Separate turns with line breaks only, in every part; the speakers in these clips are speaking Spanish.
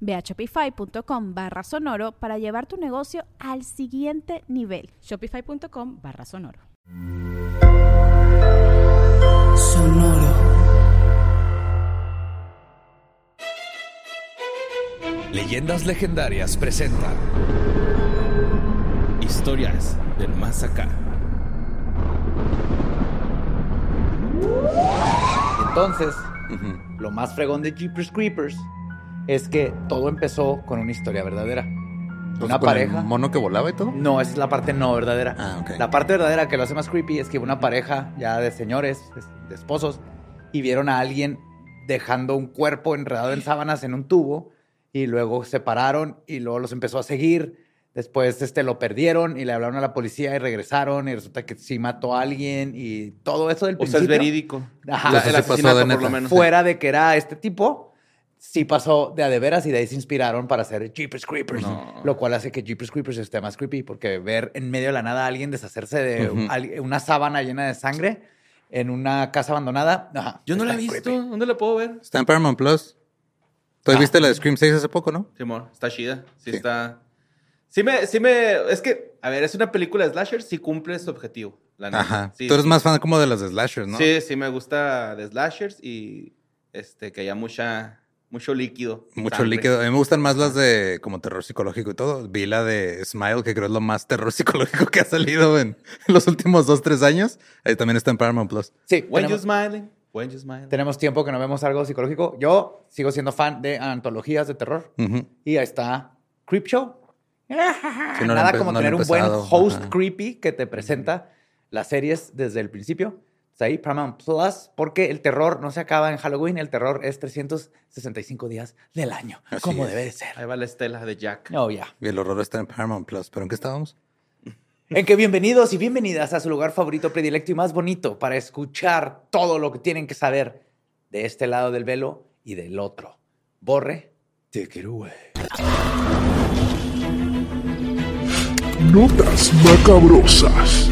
Ve a shopify.com barra sonoro para llevar tu negocio al siguiente nivel.
Shopify.com barra sonoro.
Sonoro.
Leyendas legendarias presenta Historias del más acá.
Entonces, lo más fregón de Jeepers Creepers es que todo empezó con una historia verdadera. Una
Pues ¿Con
pareja.
el mono que volaba y todo?
No, esa es la parte no verdadera.
Ah, ok.
La parte verdadera que lo hace más creepy es que una pareja ya de señores, de esposos, y vieron a alguien dejando un cuerpo enredado en sábanas en un tubo y luego se pararon y luego los empezó a seguir. Después este, lo perdieron y le hablaron a la policía y regresaron y resulta que sí mató a alguien y todo eso del
O sea, es
principio.
verídico.
Ajá.
Eso
La- el
sí pasó
asesinato,
de
por
neta.
lo menos.
fuera de que era este tipo, sí pasó de a de veras y de ahí se inspiraron para hacer Jeepers Creepers.
No.
Lo cual hace que Jeepers Creepers esté más creepy, porque ver en medio de la nada a alguien deshacerse de
Ujú.
al- una sábana llena de sangre en una casa abandonada. ajá,
Yo no la he
está
visto.
creepy.
¿Dónde la puedo ver?
Está en Paramount Plus. ¿Tú
Ah.
viste la de Scream 6 hace poco, no?
Simón, está chida. Sí,
Sí.
está. Sí me, sí me. Es que, a ver, es una película de slasher si cumple su objetivo. La neta.
Ajá.
Sí,
Tú eres
sí.
más fan como de las de slashers, ¿no?
Sí, sí me gusta de slashers y este que haya mucha, mucho líquido.
Mucho
sangre.
líquido. A mí me gustan más las de como terror psicológico y todo. Vi la de Smile, que creo es lo más terror psicológico que ha salido en los últimos dos, tres años. Ahí también está en Paramount Plus.
Sí,
When you
tenemos,
smiling. When you smiling.
tenemos tiempo que no vemos algo psicológico. Yo sigo siendo fan de antologías de terror.
Ujú.
Y ahí está Creepshow.
Sí, no lo
Nada
empe-
como
no lo
tener
he
un buen
empezado.
host
Ajá.
creepy que te presenta las series desde el principio. Está ahí Paramount Plus, porque el terror no se acaba en Halloween, el terror es 365 días del año,
Así
como
es.
debe de ser.
Ahí va la estela de Jack.
Oh, ya.
Y el horror está en Paramount Plus. ¿Pero en qué estábamos?
En que bienvenidos y bienvenidas a su lugar favorito, predilecto y más bonito para escuchar todo lo que tienen que saber de este lado del velo y del otro. Borre, take it away.
Notas macabrosas.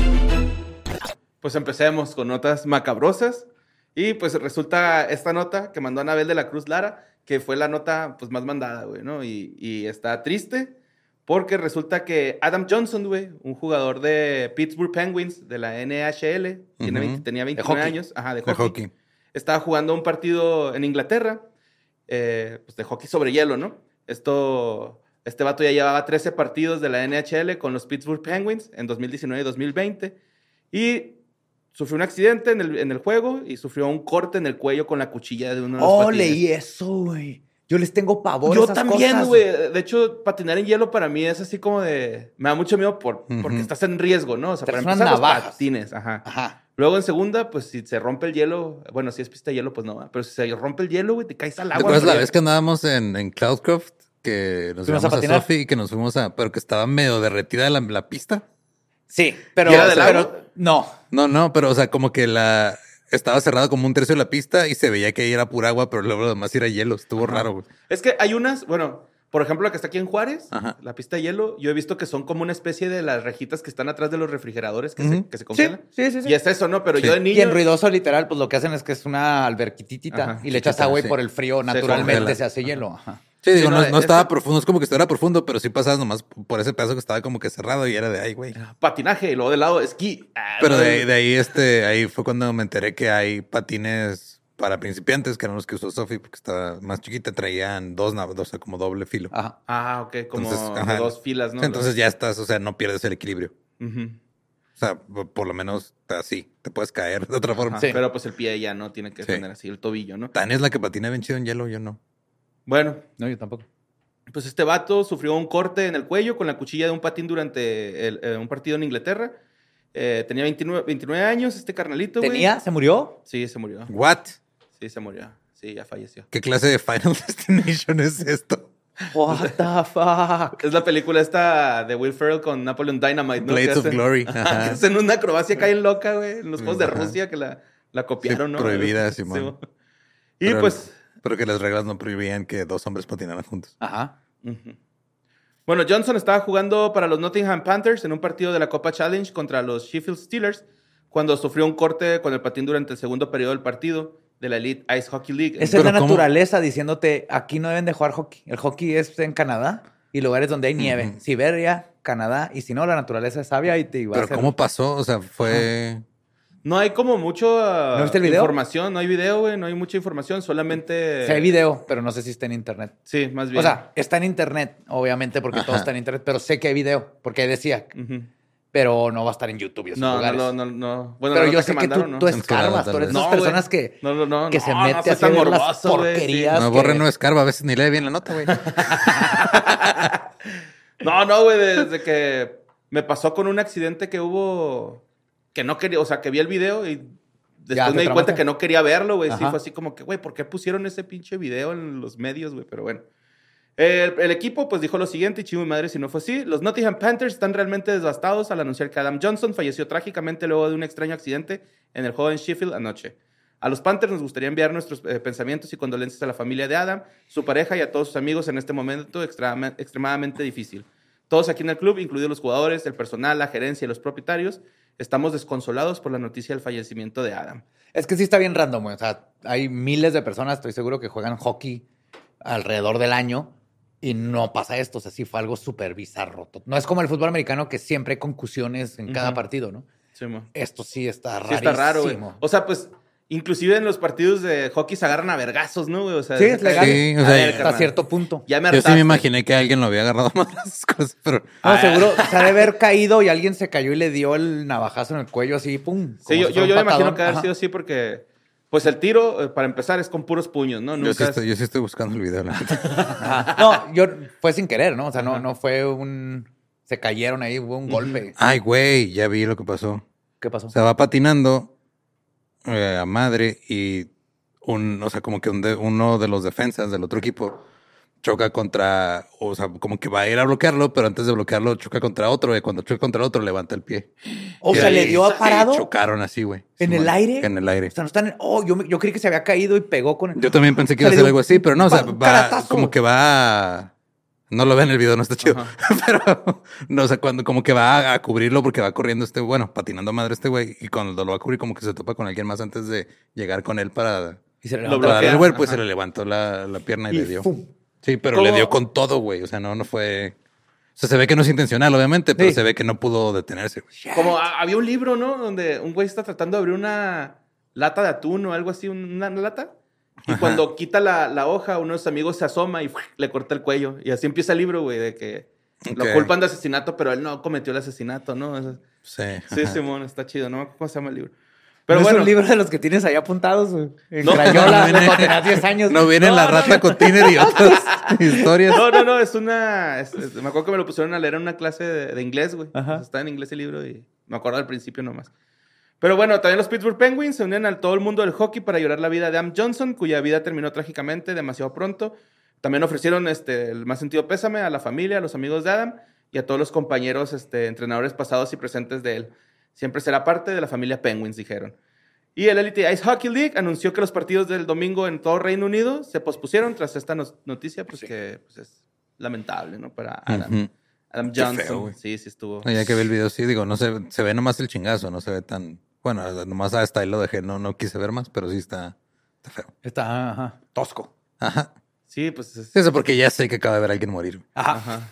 Pues empecemos con notas macabrosas. Y pues resulta esta nota que mandó Anabel de la Cruz Lara, que fue la nota pues más mandada, güey, ¿no? Y, y está triste porque resulta que Adam Johnson, güey, un jugador de Pittsburgh Penguins de la NHL,
Ujú.
tiene 20 tenía
hockey.
29 años, ajá, de
De
hockey.
hockey.
Estaba jugando un partido en Inglaterra, eh, pues de hockey sobre hielo, ¿no? Esto, este vato ya llevaba 13 partidos de la NHL con los Pittsburgh Penguins en 2019 y 2020. Y sufrió un accidente en el, en el juego y sufrió un corte en el cuello con la cuchilla de uno de los
Oh,
patines.
leí eso, güey. Yo les tengo pavor a
Yo
esas
también,
cosas.
güey. De hecho, patinar en hielo para mí es así como de... Me da mucho miedo por,
Ujú.
porque estás en riesgo, ¿no? O sea,
Traes
para
unas
empezar, los
navajas.
patines. Ajá.
Ajá.
Luego en segunda, pues si se rompe el hielo, bueno, si es pista de hielo, pues no, va. pero si se rompe el hielo, güey, te caes al
¿Te
agua.
acuerdas la
güey.
vez que andábamos en, en Cloudcroft? Que
Fuimos
nos fuimos
a
a,
patinar.
Sofi y que nos fuimos a... Pero que estaba medio derretida la, la pista.
Sí, pero,
¿Y era del
pero-
agua?
no.
No, no, pero o sea, como que la... Estaba cerrada como un tercio de la pista y se veía que ahí era pura agua, pero luego lo demás era hielo. Estuvo raro, güey.
Es que hay unas, bueno, por ejemplo, la que está aquí en Juárez,
Ajá.
la pista de hielo, yo he visto que son como una especie de las rejitas que están atrás de los refrigeradores que, se,
Ujú.
que se
Sí,
congelan.
sí, sí. sí.
Y es eso, ¿no? Pero
Sí.
yo de niño...
Y en ruidoso, literal, pues lo que hacen es que es una alberquitita
Ajá,
y le echas
chiquita,
agua y
sí.
por el frío
Se
naturalmente se,
congela.
hace hielo. Ajá.
Sí, digo,
Sí, no,
no,
de-
no
de
estaba
este-
profundo, es como que estuviera profundo, pero sí pasabas nomás por ese pedazo que estaba como que cerrado y era de ay, güey.
Ah, Patinaje, y luego de lado esquí. Ah,
Pero
no,
de, de ahí, este, ahí fue cuando me enteré que hay patines para principiantes, que eran los que usó Sofi, porque estaba más chiquita, traían dos, nav- o sea, como doble filo.
Ajá.
Ah, ok, como
Entonces,
de
ajá.
dos filas, ¿no?
Entonces ya estás, o sea, no pierdes el equilibrio.
Ujú.
O sea, por, por lo menos así, te puedes caer de otra forma.
Ajá,
Sí.
Pero pues el pie ya no tiene que
Sí.
tener así el tobillo, ¿no?
Tan es la que patina bien chido en hielo, yo no.
Bueno,
No, yo tampoco.
pues este vato sufrió un corte en el cuello con la cuchilla de un patín durante el- eh, un partido en Inglaterra. Eh, tenía 29, 29 años este carnalito, güey.
¿Tenía? ¿Se murió?
Sí, se murió.
¿What?
Sí, se murió. Sí, ya falleció.
¿Qué clase de Final Destination es esto?
What the fuck.
Es la película esta de Will Ferrell con Napoleon Dynamite, ¿no?
Blades
Que
of Glory,
Ajá,
ajá. Mm,
que hacen una acrobacia caen loca, güey, en los juegos de
Ajá.
Rusia que la, la copiaron, ¿no?
prohibida, Simón.
Y
Pero-
pues...
Pero que las reglas no prohibían que dos hombres patinaran juntos.
Ajá.
Ujú. Bueno, Johnson estaba jugando para los Nottingham Panthers en un partido de la Copa Challenge contra los Sheffield Steelers cuando sufrió un corte con el patín durante el segundo periodo del partido de la Elite Ice Hockey League.
Esa es la
Pero ¿cómo?
naturaleza diciéndote, aquí no deben de jugar hockey. El hockey es en Canadá y lugares donde hay nieve.
Ujú.
Siberia, Canadá. Y si no, la naturaleza es sabia y te va a
Pero
hacer-
¿cómo pasó? O sea, fue...
No hay como mucho ah,
¿No viste el video?
información, no hay video, güey, no hay mucha información, solamente...
Sí, hay video, pero no sé si está en internet.
Sí, más bien.
O sea, está en internet, obviamente, porque todo está en internet, pero sé que hay video, porque ahí decía,
Ujú.
pero no va a estar en YouTube y esos
no, no,
lugares.
no, no, no.
pero
Bueno, la nota
yo sé que tú,
mandaron, ¿no?
tú
es-
escarbas, tú eres de
No,
esas
güey.
personas que,
No, no, no,
que se
no, no
mete
fue
a hacer
tan
las
morboso, güey, sí.
porquerías.
No,
que-
Borre no escarba, a veces ni lee bien la nota, güey.
No, no, güey, desde que me pasó con un accidente que hubo que no quería, o sea, que vi el video
Ya,
y después
te
me di cuenta
traumaste.
que no quería verlo, güey. Sí,
Ajá.
fue así como que, güey, ¿por qué pusieron ese pinche video en los medios, güey? Pero bueno. El, el equipo pues dijo lo siguiente, y chingo mi madre si no fue así. Los Nottingham Panthers están realmente devastados al anunciar que Adam Johnson falleció trágicamente luego de un extraño accidente en el juego en Sheffield anoche. A los Panthers nos gustaría enviar nuestros eh, pensamientos y condolencias a la familia de Adam, su pareja y a todos sus amigos en este momento extrema- extremadamente difícil. Todos aquí en el club, incluidos los jugadores, el personal, la gerencia y los propietarios, estamos desconsolados por la noticia del fallecimiento de Adam.
Es que sí está bien random, güey. O sea, hay miles de personas, estoy seguro, que juegan hockey alrededor del año y no pasa esto. O sea, sí fue algo súper bizarro. No es como el fútbol americano que siempre hay concusiones en cada
Ujú.
partido, ¿no?
Sí, mo.
Esto sí está
Sí está raro, güey.
rarísimo.
O sea, pues, inclusive en los partidos de hockey se agarran a vergazos, ¿no, güey? O sea,
Sí, es legal.
Sí, o
A
sea,
ver,
Hasta
carnal,
cierto punto.
Ya me
Yo sí
hartaste.
me imaginé que alguien lo había agarrado mal esas cosas, pero...
No, seguro se ha de haber caído y alguien se cayó y le dio el navajazo en el cuello así, pum.
Sí,
como
yo,
si
yo,
fuera
yo me
un
imagino
patadón.
que ha
Ajá.
sido así porque, pues, el tiro, eh, para empezar, es con puros puños, ¿no?
Yo sí,
Nunca es-
estoy, yo sí estoy buscando el video, la neta.
Ajá. No, yo fue sin querer, ¿no? O sea, no, no fue un. Se cayeron ahí, hubo un golpe.
Ay, güey, ya vi lo que pasó.
¿Qué pasó?
O sea, va patinando eh, a madre y un, o sea, como que un de- uno de los defensas del otro equipo choca contra, o sea, como que va a ir a bloquearlo, pero antes de bloquearlo choca contra otro y cuando choca contra el otro levanta el pie.
O
Y
sea,
ahí
le dio a
Y
parado.
chocaron así, güey.
¿En
Simón,
el aire?
En el aire.
O sea, no están. Oh, yo, me- yo creí que se había caído y pegó con el.
Yo también pensé que
O
iba
sea, le
a ser
dio
algo así, pero no, o sea,
un
va,
caratazo.
como que va. No lo vean el video, no está chido. Pero, no, o sea, cuando como que va a, a cubrirlo porque va corriendo este, bueno, patinando a madre este güey. Y cuando lo va a cubrir, como que se topa con alguien más antes de llegar con él para.
Y se le
Lo
levantó.
para darle el
bloquea,
cuerpo y
ajá.
pues, se le levantó la, la pierna y,
Y
le dio.
¡fum!
Sí, pero
¿Cómo?
le dio con todo, güey. O sea, no, no fue. O sea, se ve que no es intencional, obviamente, pero
Sí.
se ve que no pudo detenerse, güey.
Como a- había un libro, ¿no? Donde un güey está tratando de abrir una lata de atún o algo así, una, una lata. Y cuando quita la, la hoja, uno de sus amigos se asoma y ¡fua! le corta el cuello. Y así empieza el libro, güey, de que
Ok.
lo culpan de asesinato, pero él no cometió el asesinato, ¿no? Eso-
Sí.
Sí,
ajá.
Simón, está chido, ¿no? ¿Cómo se llama el libro?
Pero
Pero
es
bueno,
un libro de los que tienes ahí apuntados. güey. En
No,
Crayola,
no viene-
cuando tenías 10 años.
No viene la
no,
rata con Tiner y otras historias.
no, no, no, es una... es- es- me acuerdo que me lo pusieron a leer en una clase de, de inglés, güey. Entonces, Está en inglés el libro y me acuerdo al principio nomás. Pero bueno, también los Pittsburgh Penguins se unen al todo el mundo del hockey para llorar la vida de Am Johnson, cuya vida terminó trágicamente demasiado pronto. También ofrecieron este, el más sentido pésame a la familia, a los amigos de Adam y a todos los compañeros, este, entrenadores pasados y presentes de él. Siempre será parte de la familia Penguins, dijeron. Y el Elite Ice Hockey League anunció que los partidos del domingo en todo Reino Unido se pospusieron tras esta no- noticia, pues que pues, es lamentable, ¿no? Para Adam,
Ujú.
Adam
Qué
Johnson.
feo, güey.
sí, sí estuvo.
No, ya que ve el video, sí, digo, no se, se ve nomás el chingazo, no se ve tan. Bueno, nomás hasta ahí lo dejé, no, no quise ver más, pero sí está, está feo.
Está ajá, tosco.
Ajá.
Sí, pues es-
Eso porque ya
ah.
sé que acaba de ver a alguien morir.
Ajá.
Ajá.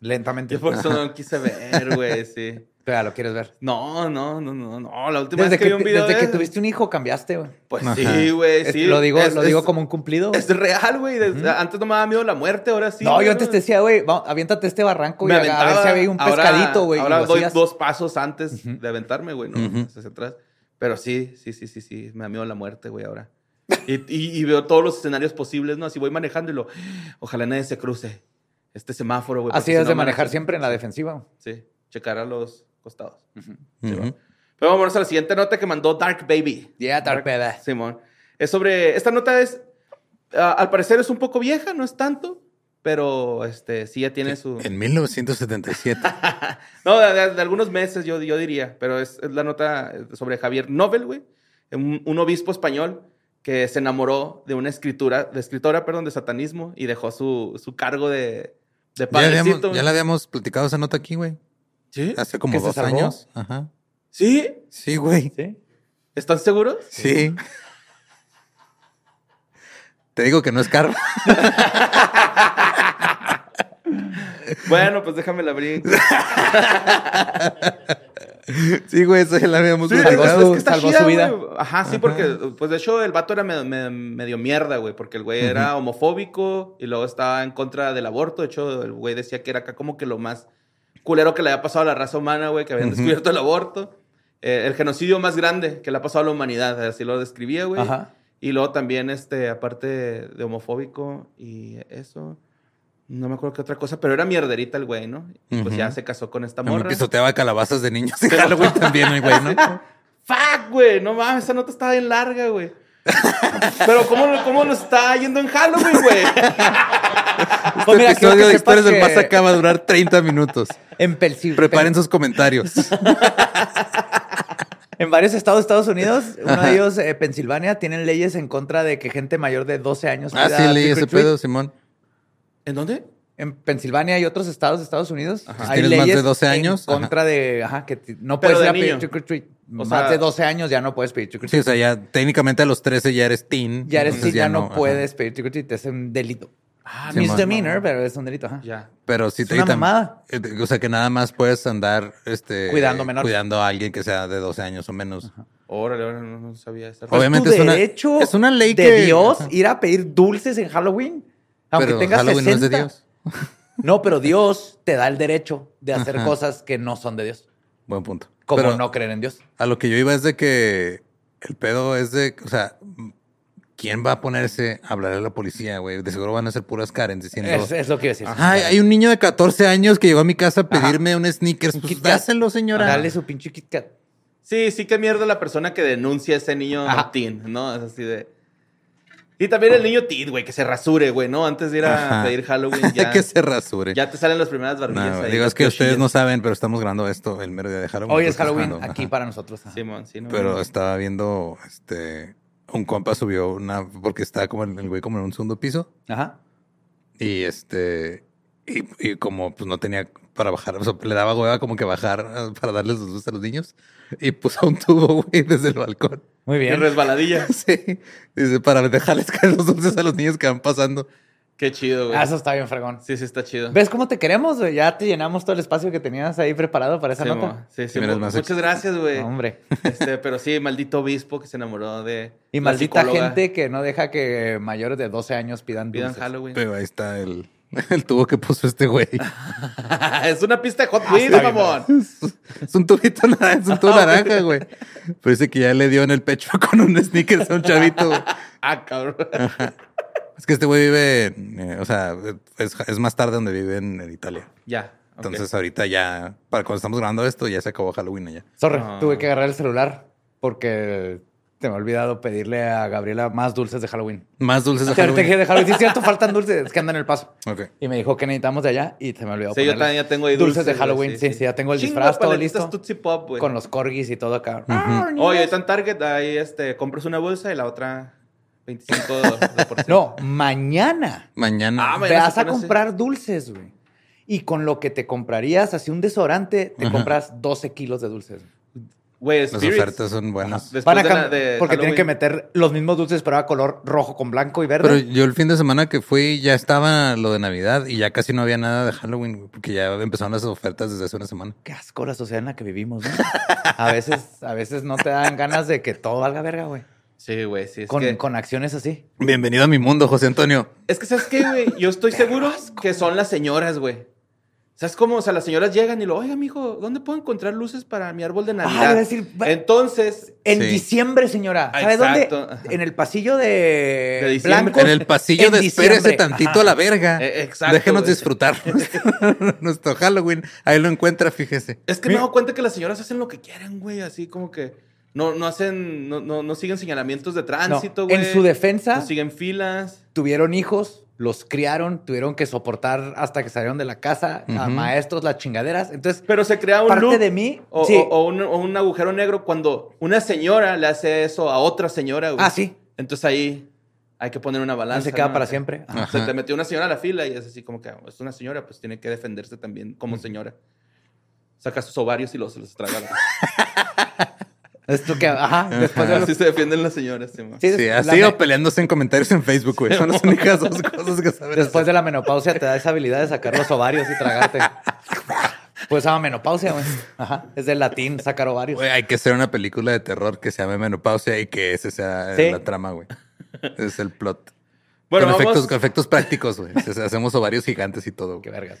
Lentamente.
Yo por eso no quise ver, güey, sí.
Pero lo quieres ver.
No, no, no, no, no. La última
Desde
vez que,
que,
vi un video
desde
de
que
eso-
tuviste un hijo cambiaste, güey.
Pues
Ajá.
sí, güey,
Es-
sí.
Lo digo,
Es-
lo digo
es-
como un cumplido. güey.
Es real, güey. Des- Antes no me daba miedo la muerte, ahora sí.
no,
güey,
yo antes te decía, güey, va- aviéntate este barranco y
Me
a- a ver si
aventaba.
había un
Ahora-
pescadito, güey. y
Ahora
lo
doy
hacías.
dos pasos antes de aventarme, güey, ¿no?
Ujú.
Hacia atrás. Pero sí, sí, sí, sí, sí. Me da miedo la muerte, güey, ahora. Y, y- y veo todos los escenarios posibles, ¿no? Así voy manejando y lo. Ojalá nadie se cruce este semáforo, güey.
Así
porque si
es
no
de
van a-
manejar siempre en la defensiva. güey.
Sí, checar a los costados.
Ujú.
Pero vamos a la siguiente nota que mandó Dark Baby.
Yeah, Dark Baby.
Simón. Es sobre. Esta nota es. ah, al parecer es un poco vieja, no es tanto. Pero este, sí ya tiene su.
En 1977.
No, de, de- de algunos meses, yo, yo diría. Pero es, es la nota eh, sobre Javier Nobel, güey. Un, un obispo español que se enamoró de una escritura, de escritora, perdón, de satanismo y dejó su, su cargo de, de
ya, habíamos-
padrecito.
ya la habíamos platicado esa nota aquí, güey.
¿Sí?
Hace como
¿Que se
dos
salvó?
años. Ajá.
¿Sí?
Sí, güey.
¿Sí?
¿Están seguros?
Sí. Te digo que no es caro.
Bueno, pues déjame la abrir.
sí, güey, eso ya la habíamos
Sí,
Salvó
es-
su-
es que está
salvó
chida,
su vida.
güey. Ajá, sí, porque, pues de hecho, el vato era medio, medio- medio mierda, güey, porque el güey era homofóbico y luego estaba en contra del aborto. De hecho, el güey decía que era acá como que lo más culero que le había pasado a la raza humana, güey, que habían descubierto el aborto. Eh, el genocidio más grande que le ha pasado a la humanidad, así lo describía, güey.
Ajá.
Y luego también, este, aparte de homofóbico y eso, no me acuerdo qué otra cosa, pero era mierderita el güey, ¿no? Y Pues
Ujú.
ya se casó con esta
Me
morra.
pisoteaba calabazas de niños en Halloween también, güey, ¿no? Este
¡Fuck, güey! No mames, esa nota estaba bien larga, güey. Pero ¿cómo, lo- cómo nos está yendo en Halloween, güey?
Pues mira,
este
quiero que
episodio de
sepas
Historias del
que
Más Acá va a durar 30 minutos.
En Pensil-
Preparen sus comentarios.
En varios estados de Estados Unidos, uno de ellos, eh, Pensilvania, tienen leyes en contra de que gente mayor de 12 años
Ah,
pueda
sí, leí
trick or
ese
treat.
pedo, Simón.
¿En dónde?
En Pensilvania y otros estados de Estados Unidos,
Si tienes más de 12 años,
en contra de, ajá, que ti- no
Pero
puedes ir
de
a pedir
niño.
trick or treat. más
sea-
de 12 años ya no puedes pedir trick or
Sí,
treat.
o sea, ya técnicamente a los 13 ya eres teen.
ya eres
entonces
sí, ya no,
ajá.
puedes pedir trick or treat, es un delito.
Ah,
Sí,
Misdemeanor, pero es un delito, ajá.
Ya.
Pero sí
Es
te
una
quitan-
mamada.
eh, O sea, que nada más puedes andar este,
Cuidando menores.
cuidando a alguien que sea de 12 años o menos.
Órale, órale, no, no sabía esa.
Pues,
Obviamente
tu
es una-
derecho
es una ley
de
que-
Dios
ajá.
ir a pedir dulces en Halloween, aunque
Pero
tengas
Halloween
60.
no es de Dios.
No, pero Dios te da el derecho de hacer
Ajá.
cosas que no son de Dios,
Buen punto.
como
Pero
no creer en Dios.
A lo que yo iba es de que el pedo es de, o sea, ¿quién va a ponerse a hablarle a la policía, güey? De seguro van a ser puras Karen diciendo.
Es, es lo que iba a decir.
Ajá, hay un niño de 14 años que llegó a mi casa a pedirme un sneakers.
Un
Pues
Kit Kat.
dáselo, señora.
Dale su pinche Kit Kat.
Sí, sí que mierda la persona que denuncia a ese niño
Ajá.
teen, ¿no? Es así de... Y también el niño teen, güey, que se rasure, güey, ¿no? Antes de ir a
Ajá.
pedir Halloween ya...
que se rasure.
Ya te salen las primeras
No,
barbillas ahí.
digo,
las
es que ustedes no
cosillas.
saben, pero estamos grabando esto el mero día de Halloween.
Hoy es
Pues,
Halloween
ajá.
aquí para nosotros. ajá.
Simón, sí, no.
Pero estaba viendo, este, un compa subió una, porque estaba como el, el güey como en un segundo piso.
Ajá.
Y este, y, y como pues no tenía para bajar, o sea, le daba hueva como que bajar eh, para darles los luces a los niños. Y puso un tubo, güey, desde el balcón.
Muy
Qué
bien.
resbaladilla.
Sí, dice, para dejarles caer los dulces a los niños que van pasando.
Qué chido, güey.
Ah, eso está bien, fregón.
Sí, sí, está chido.
¿Ves cómo te queremos? güey? Ya te llenamos todo el espacio que tenías ahí preparado para esa
Sí, mo-
nota.
sí, sí,
Sí, mira,
mo-
más-
Muchas gracias, güey.
No, hombre.
Este, pero sí, maldito obispo que se enamoró de.
Y
la
maldita
psicóloga.
gente que no deja que mayores de 12 años pidan
Pidan
dulces.
Halloween.
Pero ahí está el, el tubo que puso este güey.
Ah, es una pista de Hot
Ah,
Wheels, mamón.
Es un tubito naranja, es un tubo naranja, güey. Pero dice que ya le dio en el pecho con un sneaker a un chavito. güey.
Ah, cabrón.
Es que este güey vive, en, eh, o sea, es, es más tarde donde vive en, en Italia.
ya. ok.
Entonces ahorita ya, para cuando estamos grabando esto, ya se acabó Halloween allá.
Sorry,
Ah.
tuve que agarrar el celular porque te me ha olvidado pedirle a Gabriela más dulces de Halloween.
Más dulces
Ah,
de
Te dejé
Halloween.
de Halloween. Sí, es cierto, faltan dulces. Es que andan en el paso.
Ok.
Y me dijo que necesitamos de allá y se me olvidó.
Sí, yo
ponerle.
también ya tengo ahí
dulces, de
güey,
Halloween. Sí, sí, ya tengo el disfraz
de
todo
paletitas
listo.
Tootsie Pop, güey.
Con los corgis y todo acá.
Oye, ahorita en Target ahí este, compras una bolsa y la otra 25 de por ciento.
No, mañana.
Mañana.
Ah,
Te
mañana se
vas a
pone así.
comprar dulces, güey. Y con lo que te comprarías así un desodorante, te
Ajá.
compras 12 kilos de dulces.
Güey,
Las
Spirits.
ofertas son buenas.
Después
Van a
Ah, de
cam-
la- de
porque tienen
Halloween.
que meter los mismos dulces, pero a color rojo con blanco y verde.
Pero yo el fin de semana que fui ya estaba lo de Navidad y ya casi no había nada de Halloween güey, porque ya empezaron las ofertas desde hace una semana.
Qué asco la sociedad en la que vivimos, ¿no? A veces, a veces no te dan ganas de que todo valga verga, güey.
Sí, güey, sí. Es,
Con,
que,
con acciones así.
Bienvenido a mi mundo, José Antonio.
es que, ¿sabes qué, güey? Yo estoy seguro que son las señoras, güey. ¿Sabes cómo? O sea, las señoras llegan y lo, oiga, mijo, ¿dónde puedo encontrar luces para mi árbol de
Ah, iba
Navidad?
a decir, va-
Entonces,
En
Sí.
diciembre, señora.
Ah,
¿Sabes
exacto.
dónde?
Ajá.
En el pasillo de,
De diciembre.
blancos.
En el pasillo
en
de espérese
diciembre.
tantito
Ajá.
a la verga.
Eh, exacto,
Déjenos
güey.
disfrutar nuestro, nuestro Halloween. Ahí lo encuentra, fíjese.
es que me he dado cuenta que las señoras hacen lo que quieren, güey, así como que no, no hacen, no, no, no siguen señalamientos de tránsito,
Ah, No,
güey.
en su defensa-
No siguen filas.
Tuvieron hijos, los criaron, tuvieron que soportar hasta que salieron de la casa a
Ujú.
maestros, las chingaderas. Entonces,
Pero se crea un
parte
loop
de mí.
o,
sí.
o- o un, o un agujero negro cuando una señora le hace eso a otra señora, güey.
ah, sí.
Entonces ahí hay que poner una
No
balanza.
se queda
¿no?
para
Acá.
siempre. Ajá.
O sea,
Ajá.
te metió una señora a la fila y es así como que es una señora, pues tiene que defenderse también como señora. Saca sus ovarios y los, los traga.
Esto que, ajá, después de los-
Así se defienden las señoras, sí, ma.
sí,
Sí,
la
así
me-
o peleándose en comentarios en Facebook, güey. Son las únicas dos cosas que saben.
Después de la menopausia te da esa habilidad de sacar los ovarios y tragarte. Pues a menopausia, güey. Ajá. Es del latín, sacar ovarios.
Güey, hay que hacer una película de terror que se llame Menopausia y que ese sea
Sí.
la trama, güey. Ese Es el plot.
Bueno,
con,
vamos.
efectos, con efectos prácticos, güey. O sea, Hacemos ovarios gigantes y todo.
Qué
güey.
vergas.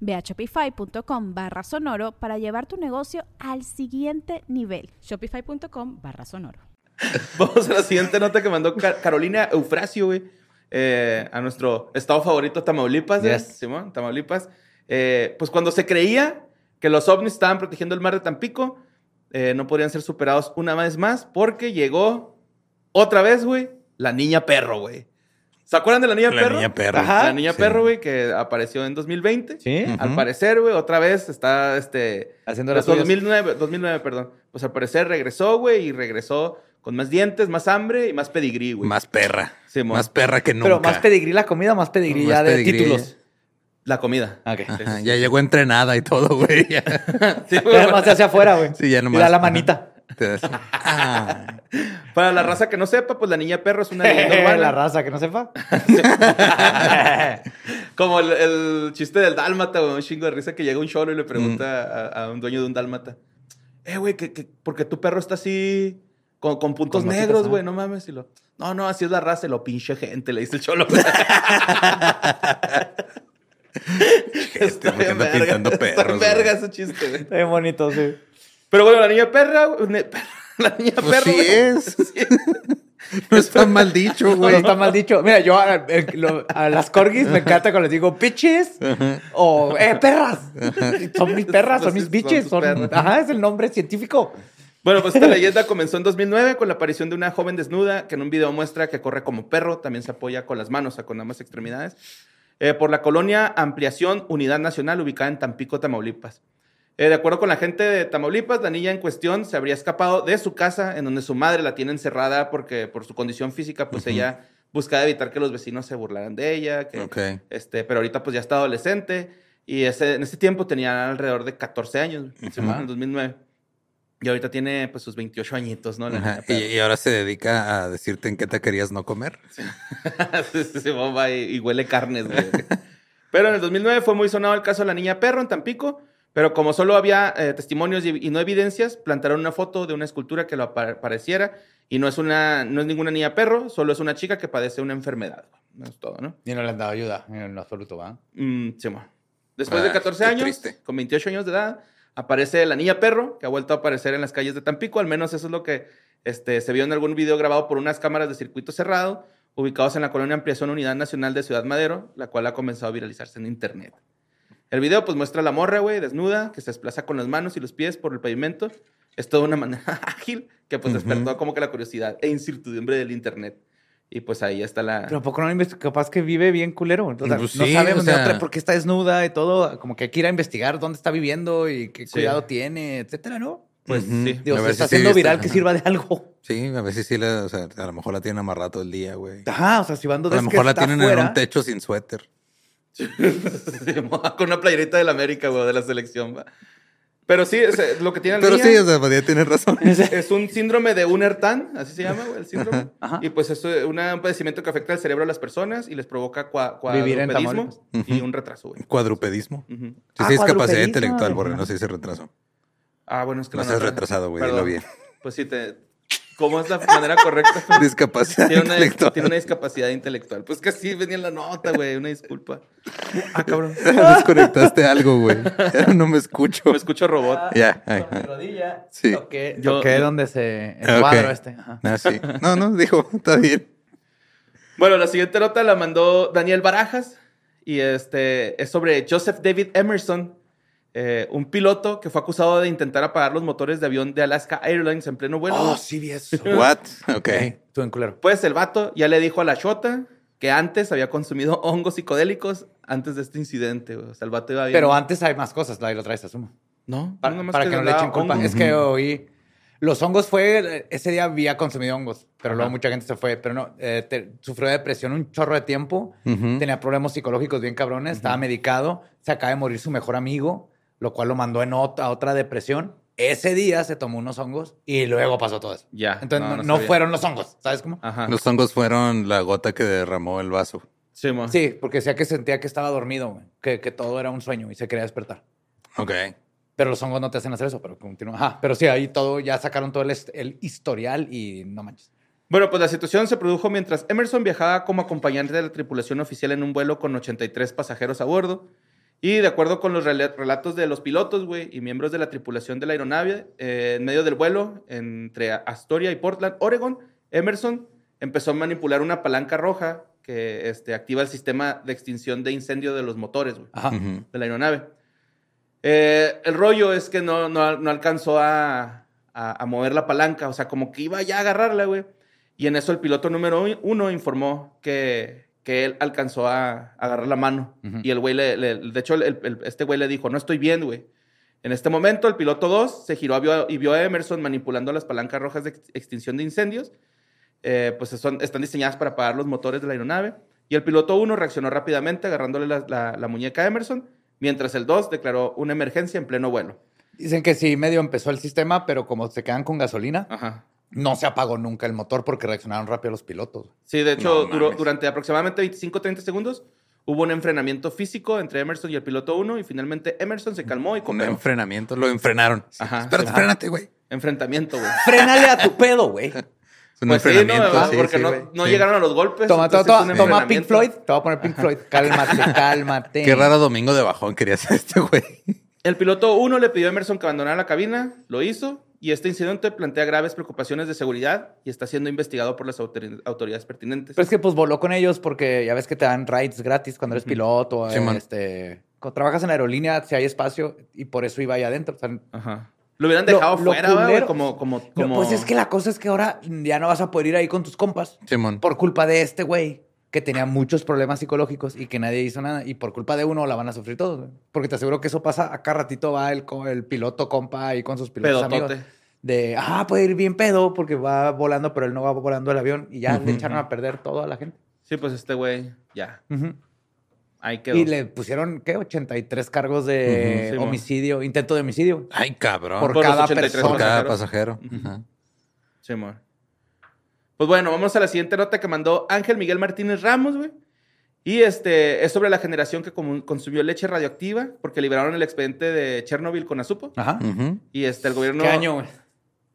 Ve a shopify.com barra sonoro para llevar tu negocio al siguiente nivel.
Shopify.com barra sonoro.
Vamos a la siguiente nota que mandó Ca- Carolina Eufrasio, güey. eh, a nuestro estado favorito, Tamaulipas. ¿eh?
Yes.
Simón, Tamaulipas. Eh, pues cuando se creía que los ovnis estaban protegiendo el mar de Tampico, eh, no podrían ser superados una vez más porque llegó otra vez, güey, la niña perro, güey. ¿Se acuerdan de la niña
La
perro?
niña perro.
Ajá, la niña
Sí.
perro, güey, que apareció en 2020.
¿Sí?
Al
Ujú.
parecer, güey, otra vez está este,
Haciendo las suyas.
2009, 2009, perdón. Pues al parecer regresó, güey, y regresó con más dientes, más hambre y más pedigrí, güey.
Más perra.
Simón.
Más perra que nunca.
Pero más pedigrí la comida, más pedigrí
Más
ya de
pedigrí.
títulos.
La comida.
Ok.
Sí,
Ajá,
sí,
Ah, ya llegó entrenada y todo, güey. Ya.
sí. Sí, güey.
Era más de hacia afuera, güey.
Sí, ya nomás.
Y da la
Ajá.
manita.
Te das- Ah.
Para la raza que no sepa, pues la niña perro es una leyenda urbana.
la raza que no sepa.
Como el, el chiste del dálmata, güey, un chingo de risa que llega un cholo y le
Mm.
pregunta a, a un dueño de un dálmata. Eh, güey, que, que- porque tu perro está así con, con puntos
Con motitas,
negros,
¿no?
güey, no mames. Y lo, no, no, así es la raza y lo pinche gente, le dice el cholo.
Este, ¿por qué anda pintando perros,
Está verga
güey?
ese chiste, güey.
Qué bonito, sí.
Pero bueno, la niña perra, güey, ne- perra, la niña
Pues
perra.
sí
güey.
es. No está mal dicho,
No,
güey.
no está mal dicho. Mira, yo a, eh, lo- a las corgis me encanta cuando les digo pitches o eh, perras. Son mis perras, son
Sí,
mis
son
bitches.
tus
Son,
perras.
ajá, es el nombre científico.
Bueno, pues esta leyenda comenzó en 2009 con la aparición de una joven desnuda que en un video muestra que corre como perro, también se apoya con las manos, o sea, con ambas extremidades, eh, por la colonia Ampliación Unidad Nacional ubicada en Tampico, Tamaulipas. Eh, de acuerdo con la gente de Tamaulipas, la niña en cuestión se habría escapado de su casa en donde su madre la tiene encerrada porque por su condición física, pues ella buscaba evitar que los vecinos se burlaran de ella, que,
Ok.
este, pero ahorita pues ya está adolescente y ese, en ese tiempo tenía alrededor de 14 años, sí,
Ujú.
en el 2009. Y ahorita tiene pues sus 28 añitos, ¿no? La
Ajá,
niña
Y,
perra.
y ahora se dedica a decirte en qué te querías no comer.
Sí, sí, sí, bomba y, y huele carnes, güey. Pero en el 2009 fue muy sonado el caso de la niña perro en Tampico, pero como solo había eh, testimonios y, y no evidencias, plantaron una foto de una escultura que lo apa- pareciera Y no es, una, no es ninguna niña perro, solo es una chica que padece una enfermedad. güey. No es todo, ¿no?
Y no le han dado ayuda en lo absoluto, ¿va?
Mm, sí, ma. Después de
Ah, qué
14 años,
triste.
con 28 años de edad, aparece la niña perro, que ha vuelto a aparecer en las calles de Tampico. Al menos eso es lo que este, se vio en algún video grabado por unas cámaras de circuito cerrado, ubicados en la colonia Ampliación Unidad Nacional de Ciudad Madero, la cual ha comenzado a viralizarse en internet. El video pues muestra a la morra, güey, desnuda, que se desplaza con las manos y los pies por el pavimento. Es toda una manera ágil que pues despertó como que la curiosidad e incertidumbre del internet. Y pues ahí está la...
Pero ¿a poco no investiga? Capaz que vive bien culero. O sea,
Pues
no
sí,
sabe
o
dónde
sea-
otra- por qué está desnuda y todo. Como que hay que ir a investigar dónde está viviendo y qué
Sí.
cuidado tiene, etcétera, ¿no?
Pues
Ujú.
sí.
Digo,
A
se está
ver si sí
haciendo
viste.
viral que
Ajá.
sirva de algo.
Sí, a veces sí, la- o sea, a lo mejor la tienen amarrado todo el día, güey.
Ajá, o sea, si van
A
donde
lo
es que
mejor la
está
tienen en
fuera,
un techo sin suéter.
con una playerita de la América, güey, de la selección, va. Pero sí, es, eh, lo que tiene el
Pero
niño
sí, o sea, Badía tiene razón.
es un síndrome de Unertan, así se llama, güey, el síndrome.
Ajá.
Y pues es eh, una- un padecimiento que afecta al cerebro de las personas y les provoca cua,
Vivir en
cuadrupedismo y
Tamaulipas.
un retraso, güey.
Cuadrupedismo. Sí,
Ujú.
Ah,
sí, es capacidad
cuadrupedismo.
intelectual, Borre, no se dice retraso.
Ah, bueno, es que
No
la
seas
nota-
retrasado, güey,
Perdón.
dilo bien.
Pues sí, te... ¿cómo es la manera correcta?
Discapacidad
tiene, una,
intelectual.
tiene una discapacidad intelectual. Pues que así venía en la nota, güey, una disculpa. Ah, cabrón.
Desconectaste algo, güey. Ya no me escucho.
Me escucho robot.
Ya. ay,
con mi
ay.
rodilla,
Sí.
toqué,
Yo-
toqué donde se... El
Ok.
cuadro este. Ajá.
Ah, sí. No, no, dijo, está bien.
Bueno, la siguiente nota la mandó Daniel Barajas y este es sobre Joseph David Emerson, eh, un piloto que fue acusado de intentar apagar los motores de avión de Alaska Airlines en pleno vuelo.
Oh, sí vi eso.
What? Ok.
Tú en culero.
Pues el vato ya le dijo a la chota que antes había consumido hongos psicodélicos antes de este incidente. güey. O sea, el vato iba bien.
Pero antes hay más cosas, ahí lo traes, asumo.
no,
Para,
nada más
para que, no le
le
echen
daba
culpa.
hongos.
Es que oí. Los hongos fue. Ese día había consumido hongos, pero luego
Ajá.
mucha gente se fue. Pero no, eh, te- sufrió depresión un chorro de tiempo.
Ujú.
Tenía problemas psicológicos bien cabrones. Estaba medicado. Se acaba de morir su mejor amigo, lo cual lo mandó en ot- a otra depresión. Ese día se tomó unos hongos y luego pasó todo eso.
Ya.
Entonces no, Ah. no
sabía.
fueron los hongos, ¿sabes cómo?
Ajá.
Los hongos fueron la gota que derramó el vaso.
Sí, mo.
Sí, porque decía que sentía que estaba dormido, güey, que, que todo era un sueño y se quería despertar.
Ok.
Pero los hongos no te hacen hacer eso, pero continúa. Ajá, pero sí, ahí todo, ya sacaron todo el, est- el historial y no manches.
Bueno, pues la situación se produjo mientras Emerson viajaba como acompañante de la tripulación oficial en un vuelo con 83 pasajeros a bordo. Y de acuerdo con los rela- relatos de los pilotos, güey, y miembros de la tripulación de la aeronave, eh, en medio del vuelo entre Astoria y Portland, Oregon, Emerson empezó a manipular una palanca roja que este, activa el sistema de extinción de incendio de los motores, güey
Ajá.
Ujú.
de la aeronave. Eh, el rollo es que no, no, no alcanzó a, a- a mover la palanca, o sea, como que iba ya a agarrarla, güey. Y en eso el piloto número u- uno informó que, que él alcanzó a, agarrar la mano.
Ujú.
Y el güey, le, le- de hecho, el- el- este güey le dijo, no estoy bien, güey. En este momento, el piloto 2 se giró a- vio- y vio a Emerson manipulando las palancas rojas de ex- extinción de incendios. Eh, pues son, están diseñadas para apagar los motores de la aeronave. Y el piloto 1 reaccionó rápidamente agarrándole la, la- la muñeca a Emerson, mientras el 2 declaró una emergencia en pleno vuelo.
Dicen que sí, medio empezó el sistema, pero como se quedan con gasolina,
Ajá.
no se apagó nunca el motor porque reaccionaron rápido los pilotos.
Sí, de hecho,
No
duró-
mames.
durante aproximadamente 25 30 segundos hubo un enfrenamiento físico entre Emerson y el piloto 1 y finalmente Emerson se calmó y
Con
cooperó.
enfrenamiento, lo enfrenaron.
Ajá.
Espérate,
Ajá.
frénate, güey.
Enfrentamiento, güey.
¡Frénale a tu pedo, güey!
Es un
Pues sí, ¿no?
enfrenamiento.
¿verdad?
sí,
Porque
sí,
no,
güey.
no
Sí.
llegaron a los golpes.
Toma, toma,
entonces
toma,
es un
toma Pink
enfrenamiento.
Floyd. Te voy a poner Pink Floyd. Cálmate, cálmate.
Qué raro domingo de bajón quería ser este güey.
El piloto 1 le pidió a Emerson que abandonara la cabina, lo hizo, y este incidente plantea graves preocupaciones de seguridad y está siendo investigado por las autori- autoridades pertinentes.
Pero es que pues voló con ellos porque ya ves que te dan rides gratis cuando eres piloto.
Sí,
eh,
man.
este, cuando trabajas en aerolínea, si hay espacio, y por eso iba ahí adentro. O sea,
Ajá. Lo hubieran
Lo-
dejado
lo
fuera, güey,
culero-
como, como,
No,
como...
pues es que la cosa es que ahora ya no vas a poder ir ahí con tus compas
Simón.
por culpa de este güey que tenía muchos problemas psicológicos y que nadie hizo nada. Y por culpa de uno la van a sufrir todos. güey. Porque te aseguro que eso pasa. Acá ratito va el, co- el piloto compa ahí con sus pilotos
Pedotote.
amigos. De, ah, puede ir bien pedo porque va volando, pero él no va volando el avión. Y ya le echaron a perder todo a la gente.
Sí, pues este güey, ya,
Ujú.
ahí quedó.
Y le pusieron, ¿qué? 83 cargos de
Ujú, sí, mo.
homicidio, intento de homicidio.
Ay, cabrón.
Por,
Por,
Por los
cada
83
persona.
cada
pasajeros.
pasajero.
Ujú.
Ajá.
Sí, amor. Pues bueno, vamos a la siguiente nota que mandó Ángel Miguel Martínez Ramos, güey. Y este es sobre la generación que comu- consumió leche radioactiva porque liberaron el expediente de Chernobyl con Azupo.
Ajá.
Ujú.
Y este, el gobierno...
¿Qué año, güey?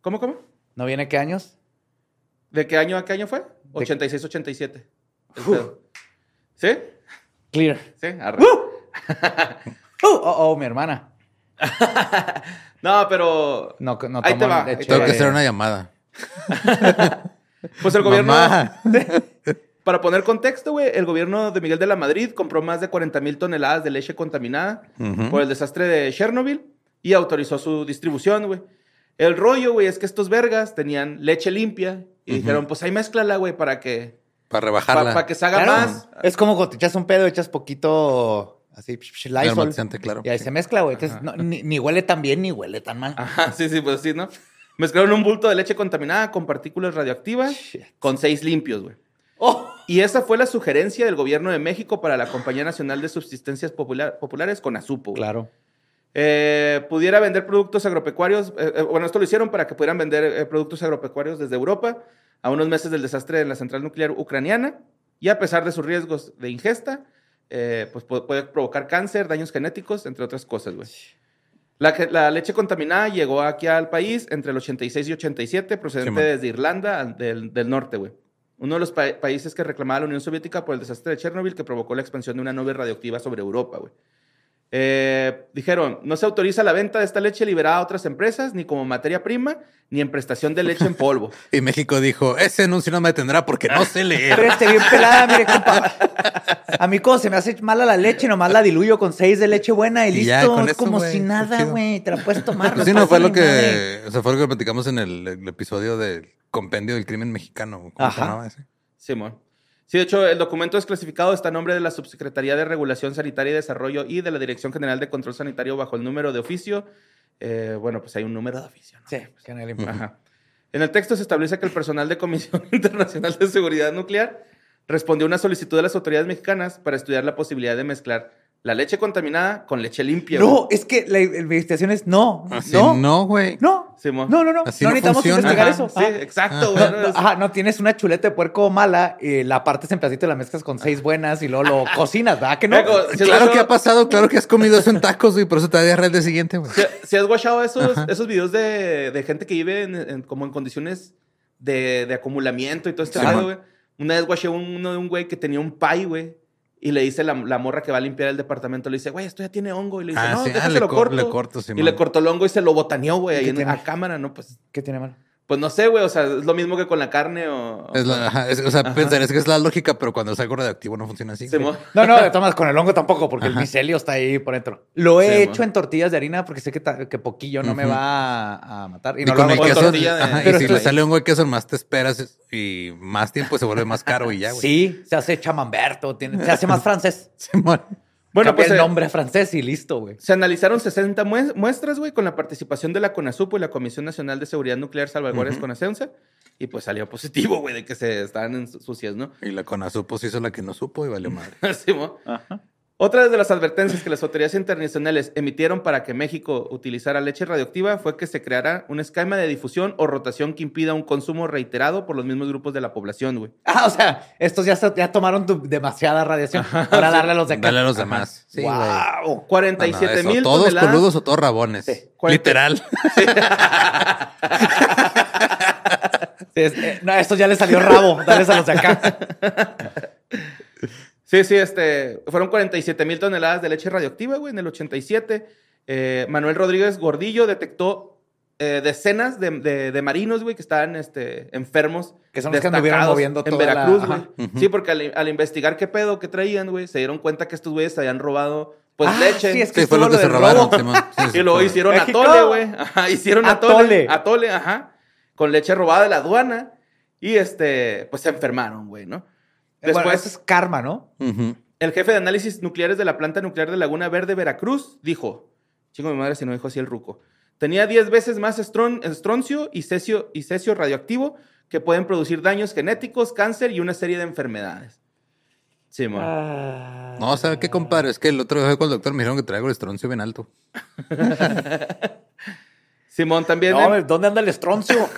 ¿Cómo, cómo?
¿No viene qué años?
¿De qué año a qué año fue? 86-87. El pedo. ¿Sí?
Clear.
Sí, arre.
Oh, oh, oh, mi hermana.
No, pero.
No, no
Ahí te
toman
va,
leche
ahí te
Tengo que
de-
hacer una llamada.
Pues el gobierno.
Mamá.
Para poner contexto, güey, el gobierno de Miguel de la Madrid compró más de 40 mil toneladas de leche contaminada
Ujú.
por el desastre de Chernobyl y autorizó su distribución, güey. El rollo, güey, es que estos vergas tenían leche limpia y dijeron, pues ahí mézclala, güey, para que,
Para
para
rebajarla.
que se haga
Claro,
más.
Es como cuando te echas un pedo, echas poquito así, psh, psh, Lysol,
Aromatizante, claro.
Y ahí se mezcla, güey. Entonces, no, ni, ni huele tan bien ni huele tan mal.
Ajá, sí, sí, pues sí, ¿no? Mezclaron un bulto de leche contaminada con partículas radioactivas
Shit.
con seis limpios, güey.
Oh,
Y esa fue la sugerencia del gobierno de México para la Compañía Nacional de Subsistencias Popular- Populares con Azupo. güey.
claro.
Eh, pudiera vender productos agropecuarios. eh, eh, bueno, esto lo hicieron para que pudieran vender eh, productos agropecuarios desde Europa a unos meses del desastre en la central nuclear ucraniana. Y a pesar de sus riesgos de ingesta, eh, pues pu- puede provocar cáncer, daños genéticos, entre otras cosas, güey. La, que- la leche contaminada llegó aquí al país entre el 86 y 87, procedente
Sí, man.
desde Irlanda al- del, del norte, güey. Uno de los pa- países que reclamaba la Unión Soviética por el desastre de Chernobyl que provocó la expansión de una nube radioactiva sobre Europa, güey. Eh, dijeron, no se autoriza la venta de esta leche liberada a otras empresas, ni como materia prima, ni en prestación de leche en polvo.
Y México dijo, ese anuncio no me detendrá porque no sé
Pero
leer.
esté bien pelada, mire, compa. A mí como se me hace mala la leche, nomás la diluyo con seis de leche buena y
Y
listo.
ya, con
es
eso,
como
güey,
si
está
nada,
chido.
güey. Te la puedes tomar.
Pues sí, no,
pasa
fue lo
ni madre.
que, o sea, fue lo que platicamos en el, el episodio del compendio del crimen mexicano. ¿Cómo se
Ajá.
llamaba ese?
Simón. Sí, de hecho, el documento desclasificado está a nombre de la Subsecretaría de Regulación Sanitaria y Desarrollo y de la Dirección General de Control Sanitario bajo el número de oficio. Eh, bueno, pues hay un número de oficio, ¿no?
Sí, pues, que no le importa.
Ajá. En el texto se establece que el personal de Comisión Internacional de Seguridad Nuclear respondió a una solicitud de las autoridades mexicanas para estudiar la posibilidad de mezclar la leche contaminada con leche limpia.
No,
güey.
es que la investigación es no.
Así
no. No.
Ah, no, güey.
No.
Simón.
No, no, no.
Así no
necesitamos
funciona.
investigar
Ajá,
eso.
Sí,
Ah.
exacto, güey. ¿no?
No,
Es-
ajá, no tienes una chuleta de puerco mala, eh, la partes en pedacitos, la mezclas con seis buenas y luego lo cocinas, ¿verdad? Que no.
Luego, si
claro
luego-
que ha pasado, claro que has comido eso en tacos y por eso te da diarrea el día siguiente, güey.
Si, si has guachado esos, esos videos de, de gente que vive en, en- como en condiciones de, de acumulamiento y todo este
Sí,
lado,
man.
güey. Una vez guaché uno de un güey que tenía un pie, güey. Y le dice la, la morra que va a limpiar el departamento, le dice, güey, esto ya tiene hongo. Y le dice,
Ah,
no,
sí. Ah,
déjate
le
lo
cor-
corto.
le corto, sí,
y
man.
le cortó el hongo y se lo botaneó, güey,
¿Y
ahí
qué
en
tiene?
la cámara, ¿no? Pues,
¿Qué tiene malo?
pues no sé, güey, o sea, es lo mismo que con la carne o...
Es la- ajá, es- o sea, pensarías que es la lógica, pero cuando es algo radioactivo no funciona así.
Se
güey.
mo-
No, no, de tomas con el hongo tampoco, porque el micelio está ahí por dentro. Lo he
Sí,
hecho
mo.
en tortillas de harina porque sé que, ta- que poquillo no me
Ujú.
va a, a matar. Y
Y
no lo hago
con el
con
queso,
tortilla de-
ajá, y
Pero
si
esto
le
es-
sale un güey queso, más te esperas y más tiempo se vuelve más caro y ya, güey.
Sí, se hace chamamberto, tiene- se hace más francés.
Simón.
Bueno,
Bueno,
pues
el
eh,
nombre a francés y listo, güey.
se analizaron 60 mues- muestras, güey, con la participación de la CONASUPO y la Comisión Nacional de Seguridad Nuclear Salvaguardias CONASENSA. Y pues salió positivo, güey, de que se estaban en su- sucias, ¿no?
Y la conasupo se hizo la que no supo y valió madre.
Sí, mo. Otra de las advertencias que las autoridades internacionales emitieron para que México utilizara leche radioactiva fue que se creara un esquema de difusión o rotación que impida un consumo reiterado por los mismos grupos de la población, güey.
Ah, o sea, estos ya, se- ya tomaron tu- demasiada radiación para darle a los de acá.
Dale a los demás. Sí, güey.
wow.
No, no,
47
eso,
mil
Todos
toneladas.
coludos o todos rabones.
Cuarenta-
Literal.
Sí, es- eh, no, estos ya les salió rabo. Dales a los de acá.
Sí, sí, este, fueron 47 mil toneladas de leche radioactiva, güey, en el 87. Eh, Manuel Rodríguez Gordillo detectó eh, decenas de, de- de marinos, güey, que estaban este, enfermos.
Que son los que anduvieron
destacados
moviendo
En
toda la-
Veracruz, güey.
ajá.
Ujú.
Sí, porque al, al investigar qué pedo que traían, güey, se dieron cuenta que estos güeyes habían robado, pues,
Ah,
leche.
sí, es
Sí, fue
estuvo
lo que
lo
se
del
robaron,
robo.
Simón. Sí, sí,
Y luego
fue.
hicieron
México.
atole, güey. Ajá, hicieron atole.
Atole.
Atole, ajá. Con leche robada de la aduana. Y este, pues se enfermaron, güey, ¿no?
Después bueno, eso es karma, ¿no?
Ujú.
El jefe de análisis nucleares de la planta nuclear de Laguna Verde, Veracruz, dijo: Chingo mi madre si no dijo así el ruco. Tenía 10 veces más estron- estroncio y cesio, y cesio radioactivo que pueden producir daños genéticos, cáncer y una serie de enfermedades. Sí, mo.
Ah.
No, ¿sabes qué, compadre? Es que el otro día con el doctor me dijeron que traigo el estroncio bien alto.
Simón también.
No,
en-
¿dónde anda el estroncio?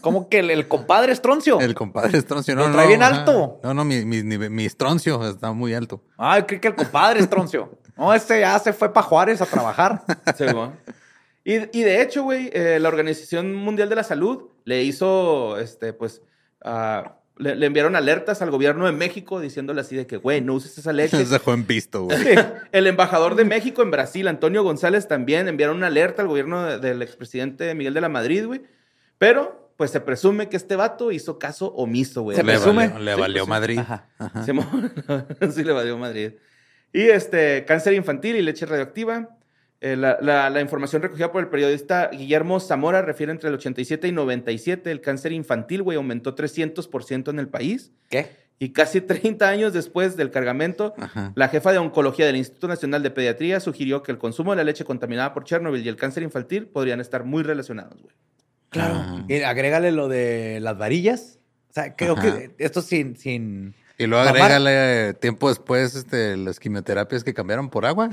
¿Cómo que el, el compadre estroncio?
El compadre estroncio. No,
Lo
no,
trae bien
ajá.
alto.
No, no, mi, mi, mi- mi estroncio está muy alto.
Ay, Ah, creo que el compadre estroncio. No, este ya se fue para Juárez a trabajar.
Sí, mo. y, y de hecho, güey, eh, la Organización Mundial de la Salud le hizo, este, pues, ah, le, le enviaron alertas al gobierno de México diciéndole así de que, güey, no uses esa leche.
Se dejó en visto, güey.
El embajador de México en Brasil, Antonio González, también enviaron una alerta al gobierno de- del expresidente Miguel de la Madrid, güey. Pero, pues se presume que este vato hizo caso omiso, güey.
Se
A
Le
la-
presume.
valió, le valió Madrid.
Ajá.
Simón, sí le valió Madrid. Y este, cáncer infantil y leche radioactiva. Eh, la, la- la información recogida por el periodista Guillermo Zamora refiere entre el 87 y 97 el cáncer infantil, güey, aumentó 300% en el país.
¿Qué?
Y casi 30 años después del cargamento,
Ajá.
la jefa de oncología del Instituto Nacional de Pediatría sugirió que el consumo de la leche contaminada por Chernobyl y el cáncer infantil podrían estar muy relacionados, güey.
Claro.
Ah.
Y agrégale lo de las varillas. O sea, creo
Ajá.
que esto sin, sin.
Y luego
Mamá-
agrégale eh, tiempo después este, las quimioterapias que cambiaron por agua.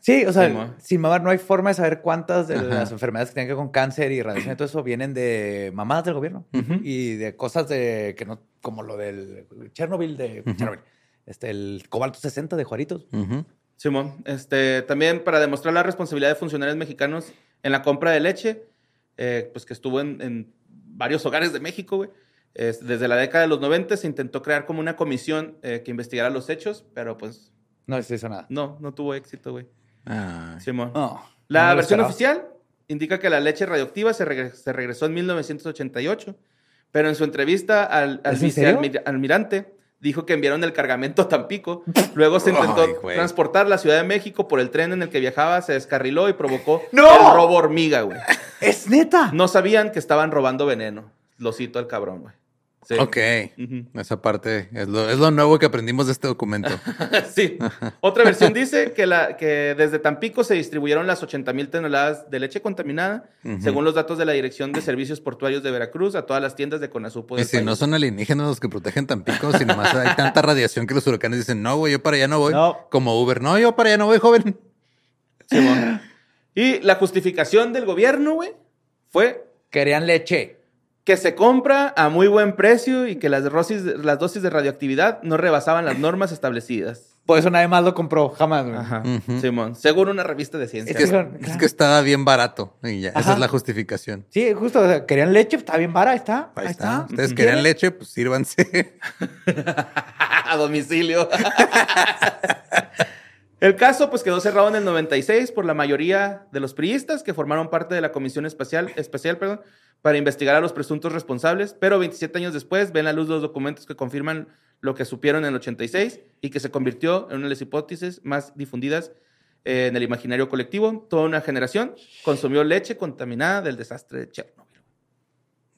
Sí, o sea,
Sí, mo.
sin mamar, no hay forma de saber cuántas de
Ajá.
las enfermedades que tienen que ver con cáncer y radiación y todo eso vienen de mamadas del gobierno
Ujú.
y de cosas de que no, como lo del Chernobyl de
Ujú.
Chernobyl. Este, el cobalto 60 de Juaritos.
Ujú.
Simón, este, también para demostrar la responsabilidad de funcionarios mexicanos en la compra de leche, eh, pues que estuvo en, en varios hogares de México, güey. Es- desde la década de los 90 se intentó crear como una comisión eh, que investigara los hechos, pero pues
No se hizo nada.
no, no tuvo éxito, güey.
Ay.
Simón.
No,
La
no me lo
versión
esperaba.
oficial indica que la leche radioactiva se, regre- se regresó en 1988, pero en su entrevista al, al
¿Es en serio?
vicealmirante dijo que enviaron el cargamento a Tampico. Luego se intentó
Ay, güey.
transportar la Ciudad de México por el tren en el que viajaba, se descarriló y provocó
¡No!
el robo hormiga, güey.
Es neta.
No sabían que estaban robando veneno. Lo cito al cabrón, güey. Sí.
Ok.
Ujú.
Esa parte es lo, es lo nuevo que aprendimos de este documento.
Sí. Otra versión dice que, la, que desde Tampico se distribuyeron las 80 mil toneladas de leche contaminada,
Ujú.
según los datos de la Dirección de Servicios Portuarios de Veracruz, a todas las tiendas de Conazupo.
y
Pues
del
si no
país.
son alienígenas los que protegen Tampico, si nomás hay tanta radiación que los huracanes dicen, no, güey, yo para allá no voy.
No.
Como Uber, no, yo para allá no voy, joven.
Simón. Y la justificación del gobierno, güey, fue
Querían leche.
que se compra a muy buen precio y que las dosis, las dosis de radioactividad no rebasaban las normas establecidas.
Por eso nadie más lo compró, jamás. güey.
Ajá.
Ujú.
Simón, según una revista de ciencia.
Es
Es,
que- Claro.
es que estaba bien barato. Y ya, esa
Ajá.
es la justificación.
Sí, justo. o sea, querían leche, pues, está bien vara, ahí está.
Ahí está. Ustedes
Ujú.
querían leche, pues sírvanse.
a domicilio. El caso pues quedó cerrado en el 96 por la mayoría de los priistas que formaron parte de la Comisión Espacial, Especial perdón, para investigar a los presuntos responsables, pero 27 años después ven la luz los documentos que confirman lo que supieron en el 86 y que se convirtió en una de las hipótesis más difundidas eh, en el imaginario colectivo. Toda una generación consumió leche contaminada del desastre de Chernobyl.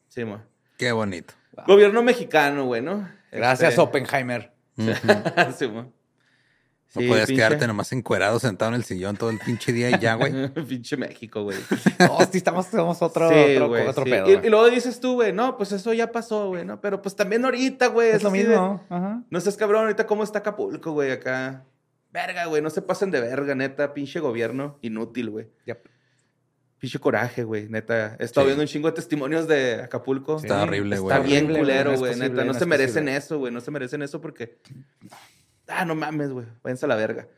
Sí, mo.
Qué bonito.
Gobierno mexicano, güey, ¿no?
Gracias,
Este-
Oppenheimer.
Ujú.
Sí, mo.
No
Sí,
podías
pinche-
quedarte nomás encuerado sentado en el sillón todo el pinche día y ya, güey.
Pinche México, güey.
No, sí, estamos, somos otro,
Sí,
otro,
güey,
otro
sí.
pedo.
Y- Y,
güey.
luego dices tú, güey, no, pues eso ya pasó, güey, ¿no? Pero pues también ahorita, güey.
es lo
así de-
mismo. Ajá.
No seas cabrón, ahorita cómo está Acapulco, güey, acá. Verga, güey, no se pasen de verga, neta. Pinche gobierno inútil, güey.
Yep.
Pinche coraje, güey, neta. He estado
Sí.
viendo un chingo de testimonios de Acapulco.
Está horrible, güey.
Está bien
horrible,
culero,
no es
güey,
posible,
neta.
no
No, se
es
merecen
posible.
eso, güey. No se merecen eso porque... Ah, no mames, güey. Váyanse a la verga.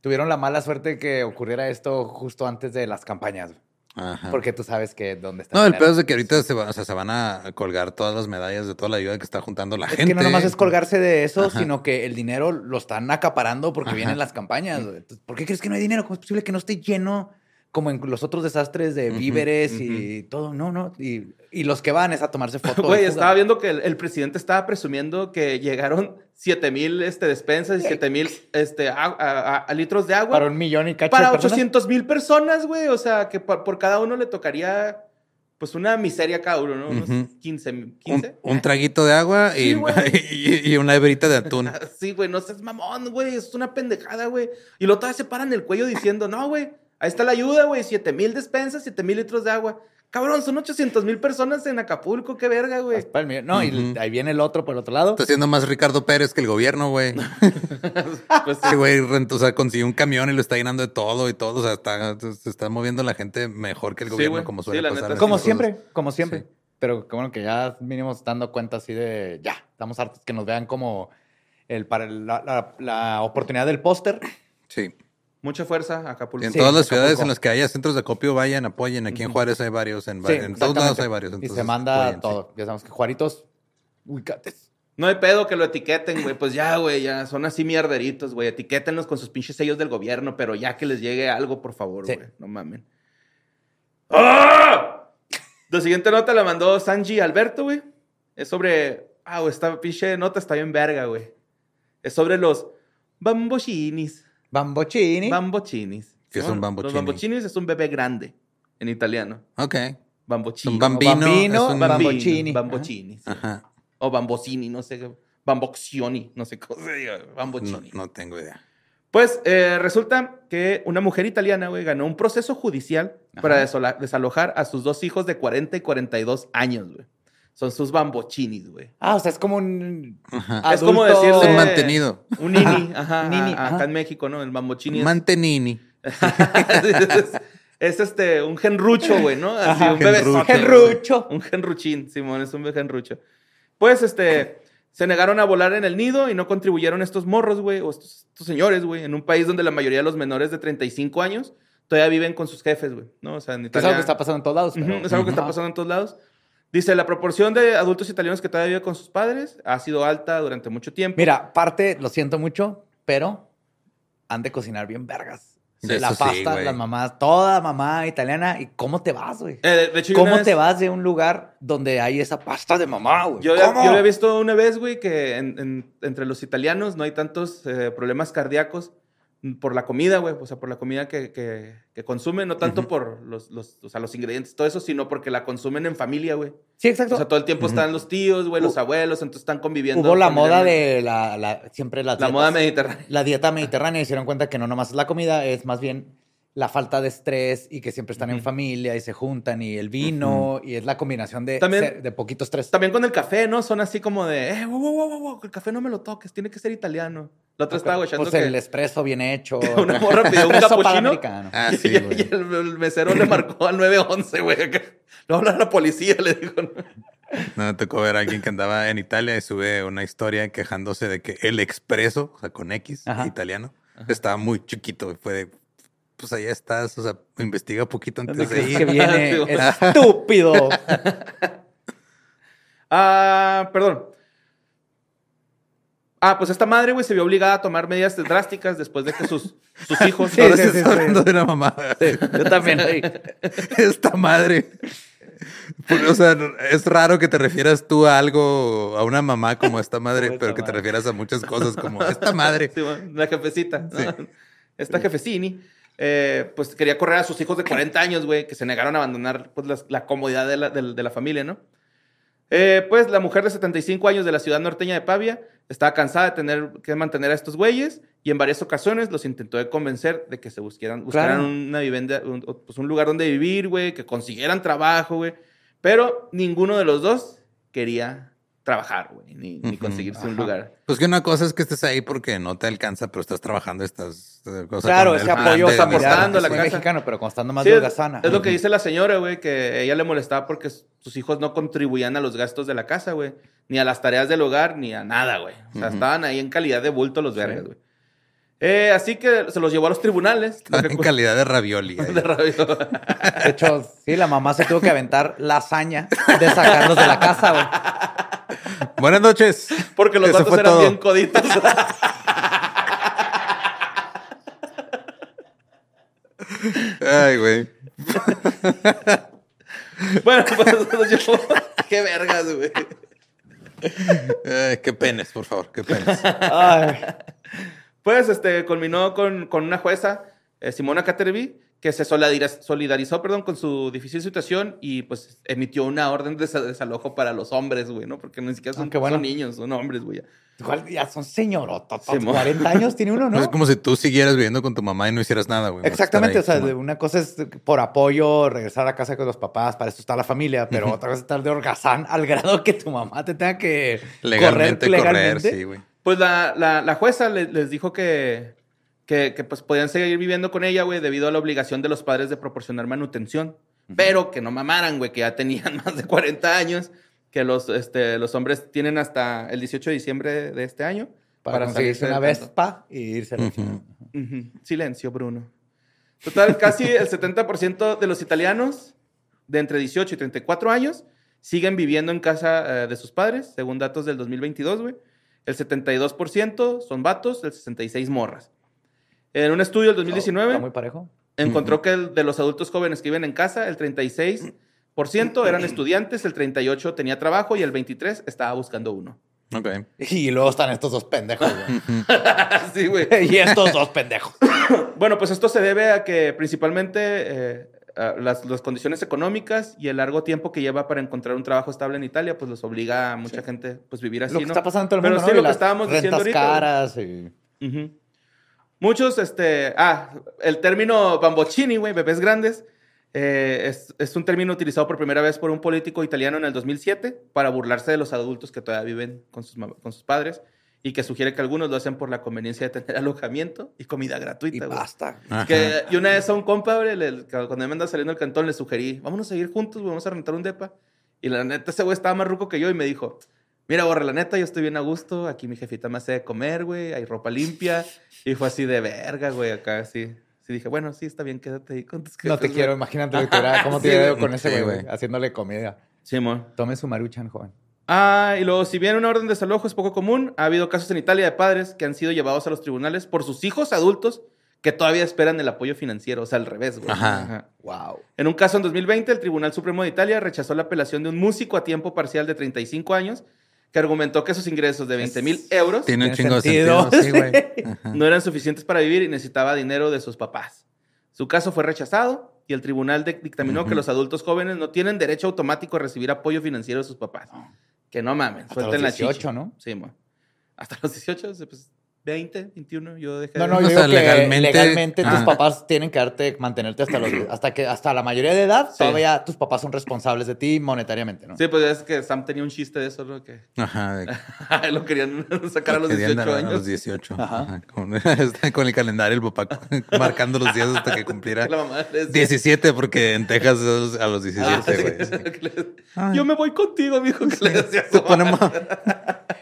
Tuvieron la mala suerte que ocurriera esto justo antes de las campañas. güey,
Ajá.
Porque tú sabes que dónde está.
Ah. No, el
dinero.
pedo es de que ahorita se, va- o sea, se van a colgar todas las medallas de toda la ayuda que está juntando la
Es
gente.
que no nomás es colgarse de eso,
Ajá.
sino que el dinero lo están acaparando porque
Ajá.
vienen las campañas. güey. Entonces, ¿Por qué crees que no hay dinero? ¿Cómo es posible que no esté lleno como en los otros desastres de
Ujú,
víveres y todo? No, no. Y, y los que van es a tomarse fotos.
Güey, estaba viendo que el, el presidente estaba presumiendo que llegaron 7000 mil este, despensas y 7000 mil este, a- a- a- litros de agua
Para
para,
un millón y cacho. de personas.
800 mil personas, güey. O sea, que por, por cada uno le tocaría pues una miseria cada uno, ¿no? Unos
Ujú.
15.
Un,
15.
un traguito de agua
Sí,
y,
güey.
y- y una hebrita de atún.
Sí, güey, no seas mamón, güey. Es una pendejada, güey. Y luego todavía se paran el cuello diciendo, no, güey, ahí está la ayuda, güey. 7000 mil despensas, 7000 mil litros de agua. Cabrón, son 800 mil personas en Acapulco, qué verga, güey.
Vas para el millón. No, y
Ujú.
ahí viene el otro por el otro lado.
Está siendo más Ricardo Pérez que el gobierno, güey.
Pues,
Ese güey rentó, o sea, consiguió un camión y lo está llenando de todo y todo. O sea, está, se está moviendo la gente mejor que el
Sí,
gobierno,
güey.
como
Sí,
suele
la
pasar.
neta,
en
Como
esas
siempre,
cosas.
como siempre.
Sí.
Pero que bueno, que ya mínimos dando cuenta así de ya, estamos hartos que nos vean como el para el- la, la- la oportunidad del póster.
Sí.
Mucha fuerza, Acapulco.
Y en
Sí,
todas las
Acapulco.
ciudades en las que haya centros de acopio, vayan, apoyen. Aquí en Juárez hay varios, en, va-
Sí,
en todos lados
exactamente.
hay varios.
y
entonces,
se manda
apoyen, sí.
todo. Ya sabemos que Juaritos Ubicates.
No hay pedo que lo etiqueten, güey. Pues ya, güey, ya son así mierderitos, güey. Etiquétenlos con sus pinches sellos del gobierno, pero ya que les llegue algo, por favor,
Sí.
güey. No mamen. ¡Ah! La siguiente nota la mandó Sanji Alberto, güey. Es sobre. Ah, güey, esta pinche nota está bien verga, güey. Es sobre los bamboshinis.
Bambochini.
Bambochinis.
¿Qué son bambochini?
Los bambochinis es un bebé grande en italiano.
Ok.
Bambochini.
Un bambino.
Bambino,
es un-
Bambino,
bambochini.
Bambochinis.
Ajá.
O bambocini, no sé. Bamboxioni, no sé cómo se diga.
No,
Bambochini.
no tengo idea.
Pues eh, resulta que una mujer italiana, güey, ganó un proceso judicial
Ajá.
para desola- desalojar a sus dos hijos de 40 y 42 años, güey. Son sus bambochinis, güey.
Ah, o sea, es como un.
Ajá.
Es como
Adulto-
decirle-
Es
eh,
mantenido.
Un nini, ajá,
nini,
a- acá
ajá.
en México, ¿no? El bambochini es-
Mantenini.
es, es este, un genrucho, güey, ¿no? Así,
Ajá.
un bebé.
Genrucho.
Genrucho.
Un genruchín, Simón, es un genrucho. Pues, este, se negaron a volar en el nido y no contribuyeron estos morros, güey, o estos, estos señores, güey, en un país donde la mayoría de los menores de 35 años todavía viven con sus jefes, güey, ¿no? O sea, en
que Es
Italia.
algo que está pasando en todos lados.
Ujú,
pero-
es algo que está
Ajá.
pasando en todos lados. Dice, la proporción de adultos italianos que todavía viven con sus padres ha sido alta durante mucho tiempo.
Mira, parte, lo siento mucho, pero han de cocinar bien vergas.
Sí,
la
eso sí,
pasta,
güey.
las mamás, toda mamá italiana. ¿Y cómo te vas, güey?
Eh, de- de hecho, yo una
¿Cómo
vez-
te vas de un lugar donde hay esa pasta de mamá, güey?
Yo,
¿Cómo?
yo había visto una vez, güey, que en- en- entre los italianos no hay tantos eh, problemas cardíacos por la comida, güey. O sea, por la comida que, que, que consumen, no tanto por los, los, o sea, los ingredientes, todo eso, sino porque la consumen en familia, güey.
Sí, exacto.
O sea, todo el tiempo están los tíos, güey, los abuelos, entonces están conviviendo.
Hubo la moda
familiarmente.
de la, la- siempre las
La
dietas-
moda mediterránea.
la dieta mediterránea. Hicieron cuenta que no nomás es la comida, es más bien la falta de estrés y que siempre están en familia y se juntan y el vino y es la combinación de,
También-
ser- de poquito estrés.
También con el café, ¿no? Son así como de, eh, wow, wow, wow, wow, wow, el café no me lo toques, tiene que ser italiano. La otra estaba, güey,
Pues
que...
el espresso bien hecho.
Una morra pidió un
Espresso
cappuccino.
panamericano.
Ah,
y,
sí,
y-
güey.
y el, el mesero le marcó al 911, güey. acá. Le va a hablar a la policía, le dijo. ¿no?
No me tocó ver a alguien que andaba en Italia y sube una historia quejándose de que el expreso, o sea, con X,
Ajá.
italiano, estaba muy chiquito. Y fue de, pues allá estás, o sea, investiga poquito
¿Dónde
antes de
crees que
ir.
viene?
Digo,
¡Estúpido!
Ah, perdón. Ah, pues esta madre, güey, se vio obligada a tomar medidas drásticas después de que sus, sus hijos.
Sí,
Ahora
sí,
se
sí,
está
sí.
hablando de una mamada.
Yo también. ahí.
Esta madre. Porque, o sea, es raro que te refieras tú a algo, a una mamá como esta madre,
Como esta
pero que te
madre.
refieras a muchas cosas como esta madre.
Sí, bueno, la jefecita. ¿no? Esta jefecini, eh, pues quería correr a sus hijos de 40 años, güey, que se negaron a abandonar pues, las- la comodidad de la, de- de la familia, ¿no? Eh, pues la mujer de 75 años de la ciudad norteña de Pavia estaba cansada de tener que mantener a estos güeyes y en varias ocasiones los intentó de convencer de que se buscaran, buscaran
Claro.
una vivienda, un, o, pues, un lugar donde vivir, güey, que consiguieran trabajo, güey. Pero ninguno de los dos quería trabajar, güey, ni, ni
Ujú,
conseguirse un lugar.
Pues que una cosa es que estés ahí porque no te alcanza, pero estás trabajando estas eh, cosas.
Claro,
con
ese
el plan
apoyo
de-
familiar.
apostando a la
Muy
casa.
mexicano, pero cuando estando más
Sí, es-
holgazana.
Es lo que dice la señora, güey, que ella le molestaba porque s- sus hijos no contribuían a los gastos de la casa, güey. Ni a las tareas del hogar, ni a nada, güey. O sea,
Ujú.
estaban ahí en calidad de bulto los vergas, güey. Eh, así que se los llevó a los tribunales. lo que
En
cu-
calidad de ravioli. ahí.
de radio.
De hecho, sí, la mamá se tuvo que aventar la hazaña de sacarlos de la casa, güey.
Buenas noches.
Porque los
Eso
datos
fue
eran
todo.
bien coditos.
Ay, güey.
bueno, pues se los llevó. Qué vergas, güey.
Ay, qué penes, por favor, qué penes.
Ay,
Pues este, culminó con, con una jueza, eh, Simona Caterby, que se solidar- solidarizó perdón, con su difícil situación y pues emitió una orden de desa- desalojo para los hombres, güey, ¿no? Porque ni siquiera son,
Ah, qué bueno.
son niños, son hombres, güey.
igual ya son señorotos.
Simón.
40 años tiene uno,
No
¿no?
es como si tú siguieras viviendo con tu mamá y no hicieras nada, güey.
Exactamente, o
Estar
sea,
ahí,
de
como-
una cosa es por apoyo, regresar a casa con los papás, para eso está la familia, pero otra cosa es estar de holgazán al grado que tu mamá te tenga que
legalmente
correr
correr,
legalmente.
sí, güey.
Pues la, la- la jueza le- les dijo que, que, que, pues podían seguir viviendo con ella, güey, debido a la obligación de los padres de proporcionar manutención. Pero que no mamaran, güey, que ya tenían más de 40 años, que los, este, los hombres tienen hasta el 18 de diciembre de este año
para, conseguirse
salirse
una
del tanto.
Vespa y irse a la
Ujú.
chingada.
Ujú. Silencio, Bruno. Total, casi el 70% de los italianos de entre 18 y 34 años siguen viviendo en casa eh, de sus padres, según datos del 2022, güey. El 72% son vatos, el 66% morras. En un estudio del 2019
Oh, Está muy parejo.
encontró que el- de los adultos jóvenes que viven en casa, el 36% eran estudiantes, el 38% tenía trabajo y el 23% estaba buscando uno.
Ok.
Y luego están estos dos pendejos, güey.
sí, güey.
y estos dos pendejos.
Bueno, pues esto se debe a que principalmente eh, a las, las condiciones económicas y el largo tiempo que lleva para encontrar un trabajo estable en Italia, pues los obliga a mucha gente pues vivir así,
lo que
¿no?
está pasando en todo el
Pero
mundo,
sí,
¿no? Y
lo que
las
estábamos
rentas
diciendo ahorita.
caras y...
Ujú. Muchos, este, ah, el término bambocini, güey, bebés grandes, eh, es, es un término utilizado por primera vez por un político italiano en el 2007 para burlarse de los adultos que todavía viven con sus, mam- con sus padres y que sugiere que algunos lo hacen por la conveniencia de tener alojamiento y comida
Y
gratuita, güey.
basta.
Ajá.
Que, y una vez a un compa, güey, le- cuando me andaba saliendo del cantón, le sugerí, vámonos a ir juntos, güey, vamos a rentar un depa. Y la neta, ese güey estaba más ruco que yo y me dijo, mira, borra, la neta, yo estoy bien a gusto, aquí mi jefita me hace de comer, güey, hay ropa limpia. Y fue así de verga, güey, acá así. Sí dije, bueno, sí, está bien, quédate ahí con tus
No
jefes,
te
güey".
quiero, imagínate lo que era, cómo te
Sí,
veo
güey.
con ese
Sí,
güey,
güey.
haciéndole comida.
Sí, amor.
Tome su maruchan, joven.
Ah, y luego, si bien una orden de desalojo es poco común, ha habido casos en Italia de padres que han sido llevados a los tribunales por sus hijos adultos que todavía esperan el apoyo financiero, o sea, al revés, güey.
Ajá.
Wow.
En un caso en 2020, el Tribunal Supremo de Italia rechazó la apelación de un músico a tiempo parcial de 35 años que argumentó que sus ingresos de 20 mil euros
Tiene un
Tiene
chingo
sentido.
de sentido. Sí, güey. Ajá.
no eran suficientes para vivir y necesitaba dinero de sus papás. Su caso fue rechazado y el tribunal de- dictaminó que
Ujú.
los adultos jóvenes no tienen derecho automático a recibir apoyo financiero de sus papás. Que no mamen,
Hasta los
suelten la
18,
chicha.
¿no?
Sí, mo. Hasta los 18, pues 20, 21, yo dejé
No,
de-
no,
O
yo
sea,
digo que legalmente,
legalmente-
tus
Ah.
papás tienen que darte, mantenerte hasta los hasta que hasta la mayoría de edad,
Sí.
todavía tus papás son responsables de ti monetariamente, ¿no?
Sí, pues es que Sam tenía un chiste de eso, ¿no? Que
Ajá. de-
lo querían sacar a los
querían
18
dar A
años.
los 18.
Ajá.
Ajá. Con, está con el calendario, el papá marcando los días hasta que cumpliera
Que la mamá le decía-
17, porque en Texas es a los 17, güey.
Ah, sí.
Ay.
Yo me voy contigo, mijo, que le decía a su
Se pone
mamá.
mo-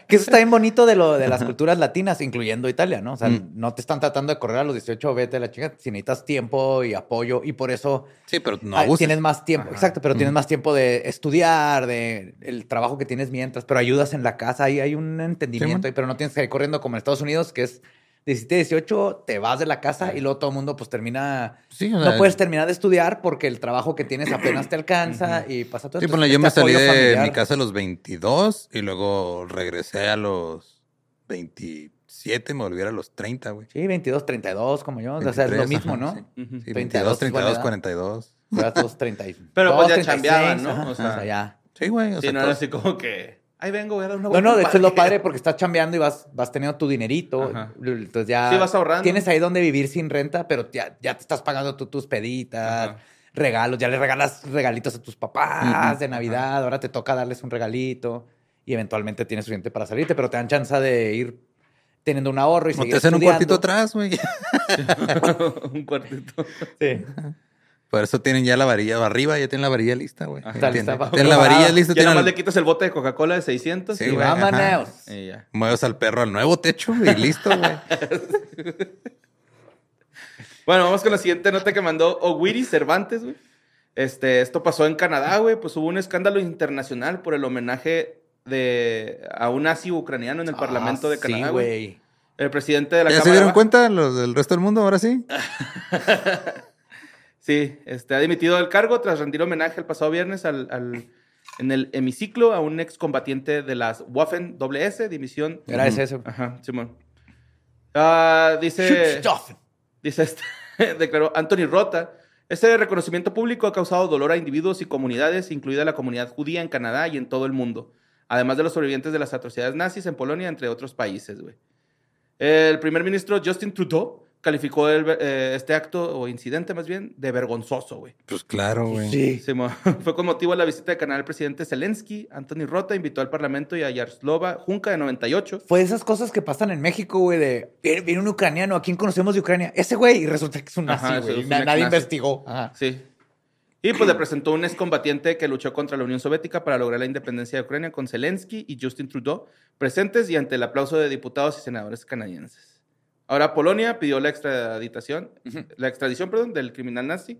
Que eso está bien bonito de lo de las culturas latinas, incluyendo Italia, ¿no? O sea,
Mm.
no te están tratando de correr a los 18, vete a la chica, si necesitas tiempo y apoyo y por eso
Sí, pero no
ah,
abuses.
tienes más tiempo,
Ajá.
exacto, pero tienes
Ujú.
más tiempo de estudiar, de el trabajo que tienes mientras, pero ayudas en la casa, ahí hay un entendimiento,
Sí,
ahí, pero no tienes que ir corriendo como en Estados Unidos, que es 17, 18, te vas de la casa y luego todo el mundo pues termina
Sí, o sea,
no puedes terminar de estudiar porque el trabajo que tienes apenas te alcanza y pasa todo
Sí,
esto.
ponle, yo
Este
me salí
apoyo
de
familiar.
mi casa a los 22 y luego regresé a los 27, me volví a los 30, güey.
Sí, 22, 32, como yo. o sea, es lo
23,
mismo,
ajá,
¿no?
sí.
Ujú.
Sí,
32,
22, 32,
¿verdad?
42.
Pero todos 30 y-
Pero,
todos
pues, ya
36,
chambeaban, ¿no?
ajá,
O
o
sea,
sea, ya.
Sí, güey. o
Sí,
sea,
no era
todos-
así como que. Ahí vengo, voy a dar una
No,
vuelta
no, de
al
hecho es lo padre
parque".
porque estás chambeando y vas, vas teniendo tu dinerito.
Ajá.
Entonces ya.
Sí, vas
ah,
ahorrando.
Tienes ahí donde vivir sin renta, pero ya, ya te estás pagando tú tus peditas,
Ajá.
regalos. Ya le regalas regalitos a tus papás de Navidad. Ahora te toca darles un regalito y eventualmente tienes suficiente para salirte, pero te dan chance de ir teniendo un ahorro y
O
seguir
te hacen un
estudiando.
cuartito atrás, güey.
un cuartito.
Sí.
Por eso tienen ya la varilla arriba, ya tienen la varilla lista, güey.
Ajá.
Está
Tienen,
lista para-
tienen la varilla
preparada.
lista,
Ya
tienen
nomás
la-
le quitas el bote de Coca-Cola de 600
Este Sí,
y,
Y
güey, ajá.
vámonos.
y ya.
mueves al perro al nuevo techo y listo, güey.
Bueno, vamos con la siguiente nota que mandó Owiri Cervantes, güey. Este, esto pasó en Canadá, güey. Pues hubo un escándalo internacional por el homenaje de a un nazi ucraniano en el
Ah,
Parlamento de Canadá,
sí,
güey.
güey.
El presidente de la
¿Ya
Cámara
se dieron
Baja-
cuenta los del resto del mundo ahora sí?
Sí, este, ha dimitido del cargo tras rendir homenaje el pasado viernes al, al- en el hemiciclo a un excombatiente de las Waffen WS, dimisión.
Era ese eso.
Ajá, Simón. Ah, dice,
Schutzstaffel.
dice este, declaró Anthony Rota. Este reconocimiento público ha causado dolor a individuos y comunidades, incluida la comunidad judía en Canadá y en todo el mundo, además de los sobrevivientes de las atrocidades nazis en Polonia, entre otros países, güey. El primer ministro Justin Trudeau calificó el ver- eh, este acto o incidente más bien de vergonzoso, güey.
Pues claro, güey.
Sí.
Simón. Fue con motivo de la visita de Canadá al presidente Zelensky. Anthony Rota invitó al Parlamento y a Yaroslava Junca de 98.
Fue de esas cosas que pasan en México, güey, de viene, viene un ucraniano, ¿a quién conocemos de Ucrania? Ese güey, y resulta que es un nazi,
Ajá,
güey.
es un
Na- nadie
ex-nazi.
investigó. Ajá.
Sí. Y pues le presentó un excombatiente que luchó contra la Unión Soviética para lograr la independencia de Ucrania con Zelensky y Justin Trudeau presentes y ante el aplauso de diputados y senadores canadienses. Ahora Polonia pidió la extraditación, la extradición, perdón, del criminal nazi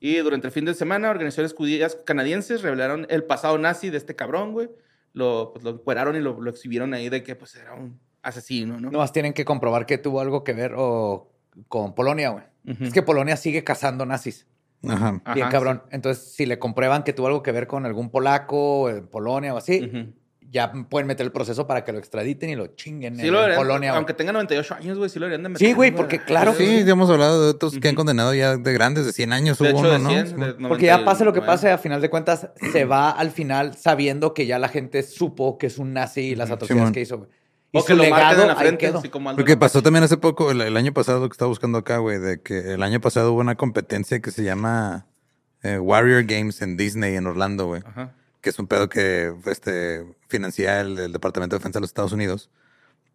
Y durante el fin de semana, organizaciones judías canadienses revelaron el pasado nazi de este cabrón, güey. Lo, pues, lo encueraron y lo, lo exhibieron ahí de que pues era un asesino, ¿no?
Nomás tienen que comprobar que tuvo algo que ver o, con Polonia, güey.
Ujú.
Es que Polonia sigue cazando nazis.
Ajá.
Ajá,
Bien cabrón. Entonces, si le comprueban que tuvo algo que ver con algún polaco en Polonia o así,
sí. Ujú.
ya pueden meter el proceso para que lo extraditen y lo chinguen en,
Sí lo
en
deberían-
Polonia. güey.
aunque tenga 98 años, güey, sí lo deberían de meter.
Sí, güey, porque claro.
Sí, ya hemos hablado de otros que han condenado ya de grandes, de 100 años
De
hubo
hecho,
uno,
de
¿no?
100,
Sí,
de
bueno.
Porque ya pase lo que
99.
pase, a final de cuentas, se va al final sabiendo que ya la gente supo que es un nazi y las
Ujú,
atrocidades
Simón.
que hizo. güey. Y
O
su
que lo marquen en la
ahí
frente,
quedó.
así como Aldo
Porque
Ramones.
pasó también hace poco, el, el año pasado, que estaba buscando acá, güey, de que el año pasado hubo una competencia que se llama eh, Warrior Games en Disney, en Orlando, güey.
Ajá.
que es un pedo que este, financia el, el Departamento de Defensa de los Estados Unidos.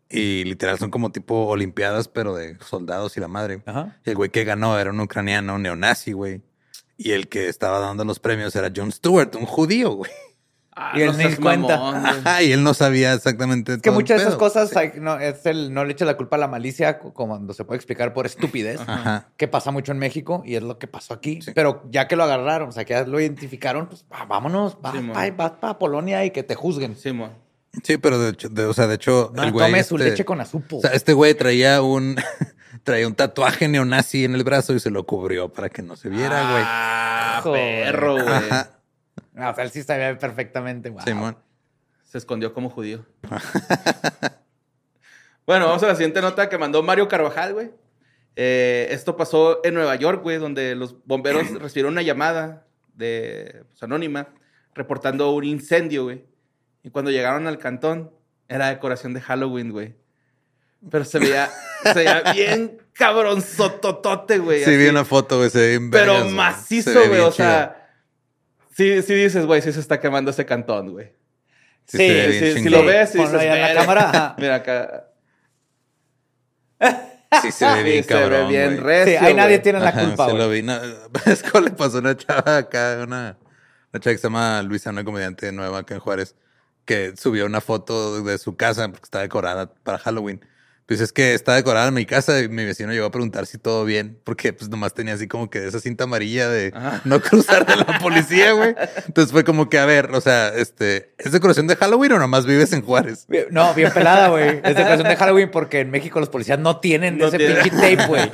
Y literal son como tipo Olimpiadas, pero de soldados y la madre.
Ajá.
Y el güey que ganó era un ucraniano neonazi, güey. Y el que estaba dando los premios era John Stewart, un judío, güey.
Ah,
Y él
no
ni
seas
cuenta.
mamón, güey.
Ajá, y él no sabía exactamente.
Es que
todo el
muchas de esas
pedo.
cosas hay- no, es el, no le eches la culpa a la malicia cu- cuando se puede explicar por estupidez,
Ajá.
que pasa mucho en México y es lo que pasó aquí.
Sí.
Pero ya que lo agarraron, o sea, que ya lo identificaron, pues va, vámonos, vas
Sí, mon.
para Polonia y que te juzguen.
Sí, mo.
Sí, pero de hecho, de- o sea, de hecho,
No
el güey.
tome su
este-
leche con azupo.
O sea, este güey traía un traía un tatuaje neonazi en el brazo y se lo cubrió para que no se viera, güey.
Ah,
Joder.
perro, güey.
Ajá,
No, o sea, él sí sabía perfectamente. wow.
Simón.
Se escondió como judío. bueno, vamos a la siguiente nota que mandó Mario Carvajal, güey. Eh, esto pasó en Nueva York, güey, donde los bomberos recibieron una llamada de pues, anónima reportando un incendio, güey. Y cuando llegaron al cantón, era decoración de Halloween, güey. Pero se veía, se veía bien cabronzototote, güey.
Sí,
así.
vi una foto, güey, se ve bien
Pero
vergas, güey.
macizo,
Se ve
güey.
bien
O sea, sí, sí dices, güey, sí se está quemando ese cantón, güey.
chido. se ve
Sí,
bien
sí, si
chingón.
lo ves, sí,
Ponlo
dices,
ahí en la
"Verga".
cámara, ajá.
Mira acá.
Sí, se ve bien
Sí,
cabrón.
Se ve bien
güey.
recio,
Sí, ahí nadie
güey.
tiene la
Ajá,
culpa.
Se lo
güey.
vi. No, es que le pasó a una chava acá, una, una chava que se llama Luisa, una comediante nueva acá en Juárez, que subió una foto de su casa porque está decorada para Halloween. Pues es que está decorada mi casa y mi vecino llegó a preguntar si todo bien, porque pues nomás tenía así como que esa cinta amarilla de
Ajá.
no cruzar de la policía, güey. Entonces fue como que, a ver, o sea, este, ¿es decoración de Halloween o nomás vives en Juárez?
Bien- No, bien pelada, güey. Es decoración de Halloween porque en México los policías no tienen
No
ese
tienen.
pinche tape, güey.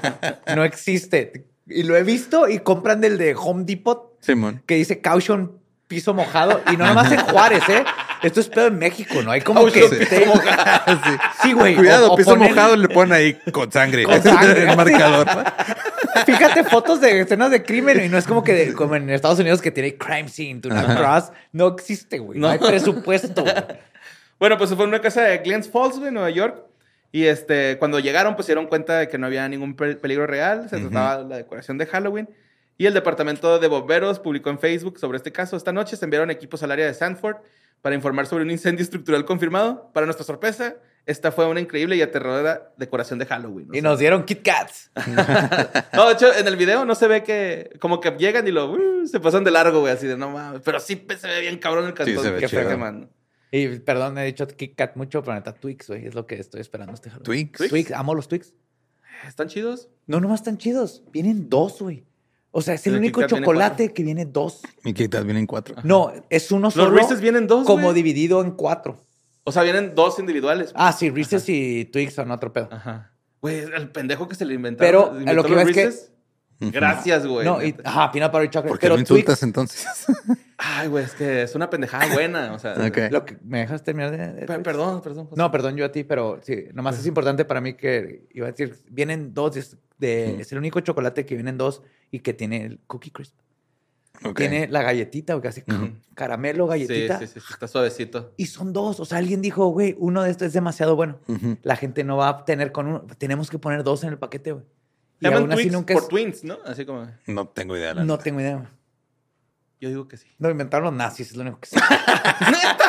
No existe. Y lo he visto y compran del de Home Depot
Simón.
que dice caution piso mojado y no nomás en Juárez, ¿eh? Esto es pedo en México, ¿no? Hay como
Caution,
que
piso
tape.
Sí.
Sí, güey.
Cuidado,
O- o
piso
ponen-
mojado le ponen ahí con sangre.
Con sangre.
el marcador.
Fíjate fotos de escenas de crimen y no es como que de- como en Estados Unidos que tiene crime scene, do not cross. No existe, güey. No.
No.
hay presupuesto. güey.
Bueno, pues fue en una casa de Glens Falls, güey, Nueva York. Y este, cuando llegaron, pues se dieron cuenta de que no había ningún pe- peligro real. Se trataba de la decoración de Halloween. Y el departamento de bomberos publicó en Facebook sobre este caso. Esta noche se enviaron equipos al área de Sanford para informar sobre un incendio estructural confirmado. Para nuestra sorpresa, esta fue una increíble y aterradora decoración de Halloween. O
Y
sea,
nos dieron Kit Kats.
No, de hecho, en el video no se ve que. Como que llegan y lo. uh, se pasan de largo, güey, así de no mames. Pero sí pe- se ve bien cabrón el cantón
Sí, se ve
que está
chido.
quemando.
Y perdón, he dicho Kit Kat mucho, pero neta Twix, güey. Es lo que estoy esperando este Halloween.
Twix.
Twix, amo los Twix.
¿Están chidos?
No, nomás están chidos. Vienen dos, güey. O sea, es el
El Kit
único
Kat viene
chocolate que viene dos.
Y que tal vienen cuatro.
No, es uno solo.
Los Reese's vienen dos.
como
güey.
dividido en cuatro.
O sea, vienen dos individuales.
Ah, sí, Reese's y Twix son otro pedo.
Ajá. Güey, el pendejo que se le
Pero,
inventaron.
a
se
lo
inventó
que iba
los
es que-
Reese's. Gracias, güey.
no, y,
neta.
ajá, peanut butter y chocolate.
¿Por qué
pero
lo insultas
Twix,
entonces?
Ay, güey, es que es una pendejada buena. O sea,
Ok.
lo que- ¿Me dejas terminar de- de
pe-
Twix?
perdón, perdón. José.
No, perdón, yo a ti, pero sí, nomás es importante para mí que iba a decir, vienen dos, es, de, es el único chocolate que vienen dos y que tiene el cookie crisp.
Ok.
Tiene la galletita, o casi
Ujú.
caramelo,
Sí, sí,
galletita.
sí, sí, está suavecito.
Y son dos, o sea, alguien dijo, güey, uno de estos es demasiado bueno.
Ujú.
La gente no va a tener con uno, tenemos que poner dos en el paquete, güey. Y
Llaman
aún así
Twix
nunca
por
es-
Twins, ¿no? Así como.
No tengo idea. la
No
neta.
tengo idea. güey.
Yo digo que sí.
No, inventaron los nazis, es lo único que sé.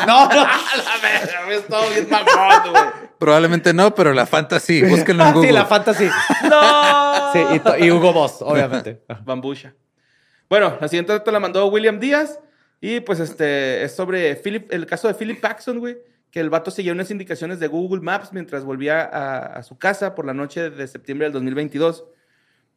no, no.
A la verga, me estaba bien mamón, güey.
Probablemente no, pero la fantasy. Búsquenlo en Google.
Ah, Sí, la fantasy.
¡No!
Sí, y, to- y Hugo Boss, obviamente.
Bambucha. Bueno, la siguiente te la mandó William Díaz. Y pues este es sobre Philip, el caso de Philip Paxson, güey. Que el vato seguía unas indicaciones de Google Maps mientras volvía a, a su casa por la noche de septiembre del 2022.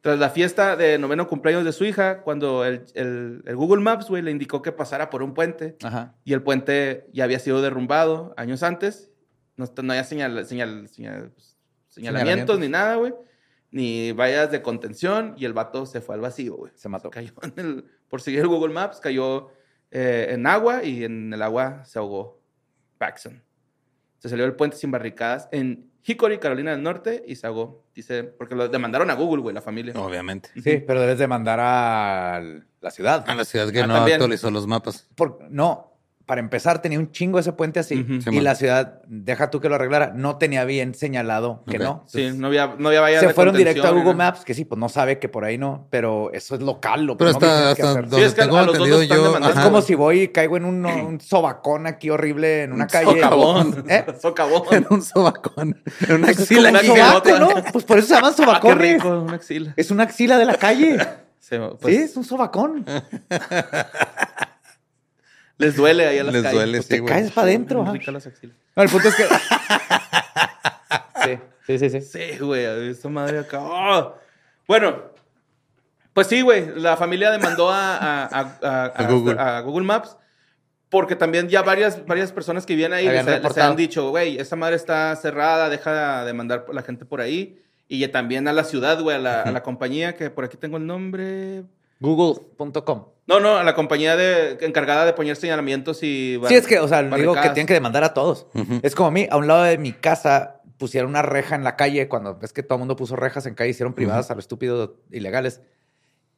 Tras la fiesta de noveno cumpleaños de su hija, cuando el, el- el Google Maps, güey, le indicó que pasara por un puente
Ajá.
y el puente ya había sido derrumbado años antes. No, está- no había señal, señal, señal- pues, señalamientos
Señalamientos.
ni nada, güey. Ni vallas de contención y el vato se fue al vacío, güey.
Se mató.
Cayó en el, por seguir el Google Maps, cayó eh, en agua y en el agua se ahogó Paxson. Se salió del puente sin barricadas en Hickory, Carolina del Norte, y se ahogó. Dice, porque lo demandaron a Google, güey, la familia.
Obviamente.
Sí, pero debes de mandar a la ciudad.
A la ciudad que
Ah,
no
también.
actualizó los mapas.
Por- no, para empezar tenía un chingo ese puente así
Ujú.
Sí,
y
man.
la ciudad, deja tú que lo arreglara, no tenía bien señalado que
Ok.
no.
Sí,
Entonces,
no había, no había vallas
pues, se
de
fueron directo a
contención,
Google
¿no?
Maps, que sí, pues no sabe que por ahí no, pero eso es local, lo
Pero
primero que tienes
hasta,
que
hasta
hacer.
donde
Sí, es que a
tengo
los dos
entendido
los están
yo.
demandando.
Es
ajá.
como si voy y caigo en un, un sobacón aquí horrible en una calle.
socavón.
¿Eh?
en
Socavón.
un sobacón. En una
Pues es como
axila
un
gigante.
sobaco, ¿no? Pues por eso se llama
Ah, qué
sobacón. güey.
rico, una axila.
Es una axila de la calle.
Se- pues,
sí, es un sobacón.
Les duele ahí a las
Les
calles.
duele,
Pues,
sí,
te caes
güey.
para adentro.
bien
ajá.
ricas las axilas.
No, el punto es que. sí, sí, sí. sí.
Sí, güey, esta madre acá. ¡Oh! Bueno, pues sí, güey, la familia demandó a, a- a- a- a-
Google.
a Google Maps porque también ya varias, varias personas que vivían ahí les,
Habían
les
reportado.
han dicho, güey, esta madre está cerrada, deja de mandar la gente por ahí. Y ya también a la ciudad, güey, a la, a la compañía que por aquí tengo el nombre.
Google.com.
No, no, a la compañía de, encargada de poner señalamientos y... bar-
Sí, es que, o sea, digo que
barricadas.
tienen que demandar a todos.
Ujú.
Es como a mí, a un lado de mi casa pusieron una reja en la calle cuando es que todo el mundo puso rejas en calle, hicieron privadas a lo estúpido ilegales.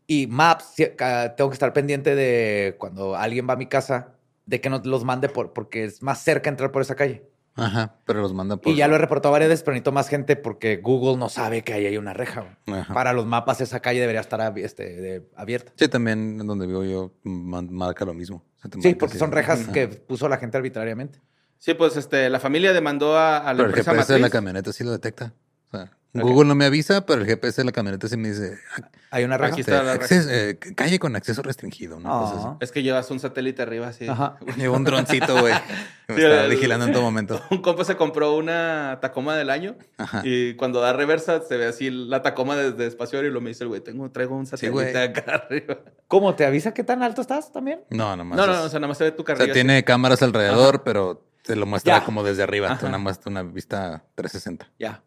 Y maps, sí, ca- tengo que estar pendiente de cuando alguien va a mi casa, de que no los mande por, porque es más cerca entrar por esa calle.
Ajá, pero los mandan por.
Y ya lo he reportado varias veces, pero necesito más gente porque Google no sabe que ahí hay una reja. güey.
Ajá.
Para los mapas esa calle debería estar abi- este, de- abierta.
Sí, también en donde vivo yo man- marca lo mismo. O sea, te
Sí,
marca
porque
así.
son rejas
Ajá.
que puso la gente arbitrariamente.
Sí, pues este, la familia demandó a, a la
Pero el
empresa
GPS de la
matriz.
camioneta sí lo detecta. O sea, Google no me avisa, pero el GPS de la camioneta sí me dice. ah,
Hay una reja.
Aquí
este,
está la
acceso- eh, calle con acceso restringido, ¿no? Cosas así.
Ah.
Es que llevas un satélite arriba así.
Ajá.
Llevo un droncito, güey. que Me
Sí,
estaba
el-
vigilando en todo momento.
Un compa se compró una Tacoma del año
Ajá.
y cuando da reversa se ve así la Tacoma desde espacio aéreo y lo me dice el güey, tengo, traigo un satélite
güey.
acá arriba.
¿Cómo? ¿Te avisa qué tan alto estás también?
No, nomás.
No, no,
es-
no, o sea, nada más se ve tu
o
carrera.
sea, tiene cámaras alrededor, pero te lo muestra
Ya.
como desde arriba.
Ajá.
Te una, muestra una vista 360.
Ya.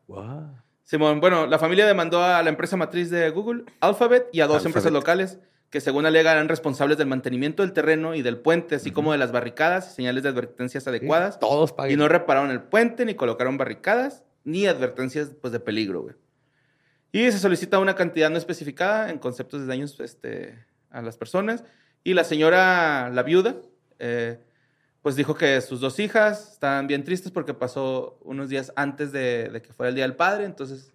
Simón, bueno, la familia demandó a la empresa matriz de Google, Alphabet, y a dos
Alphabet.
empresas locales que según alegan eran responsables del mantenimiento del terreno y del puente, así como de las barricadas y señales de advertencias adecuadas.
Todos
Y
paguen.
no repararon el puente, ni colocaron barricadas, ni advertencias pues, de peligro, güey. Y se solicita una cantidad no especificada en conceptos de daños este, a las personas. Y la señora, la viuda, eh, pues dijo que sus dos hijas estaban bien tristes porque pasó unos días antes de, de que fuera el Día del Padre. Entonces,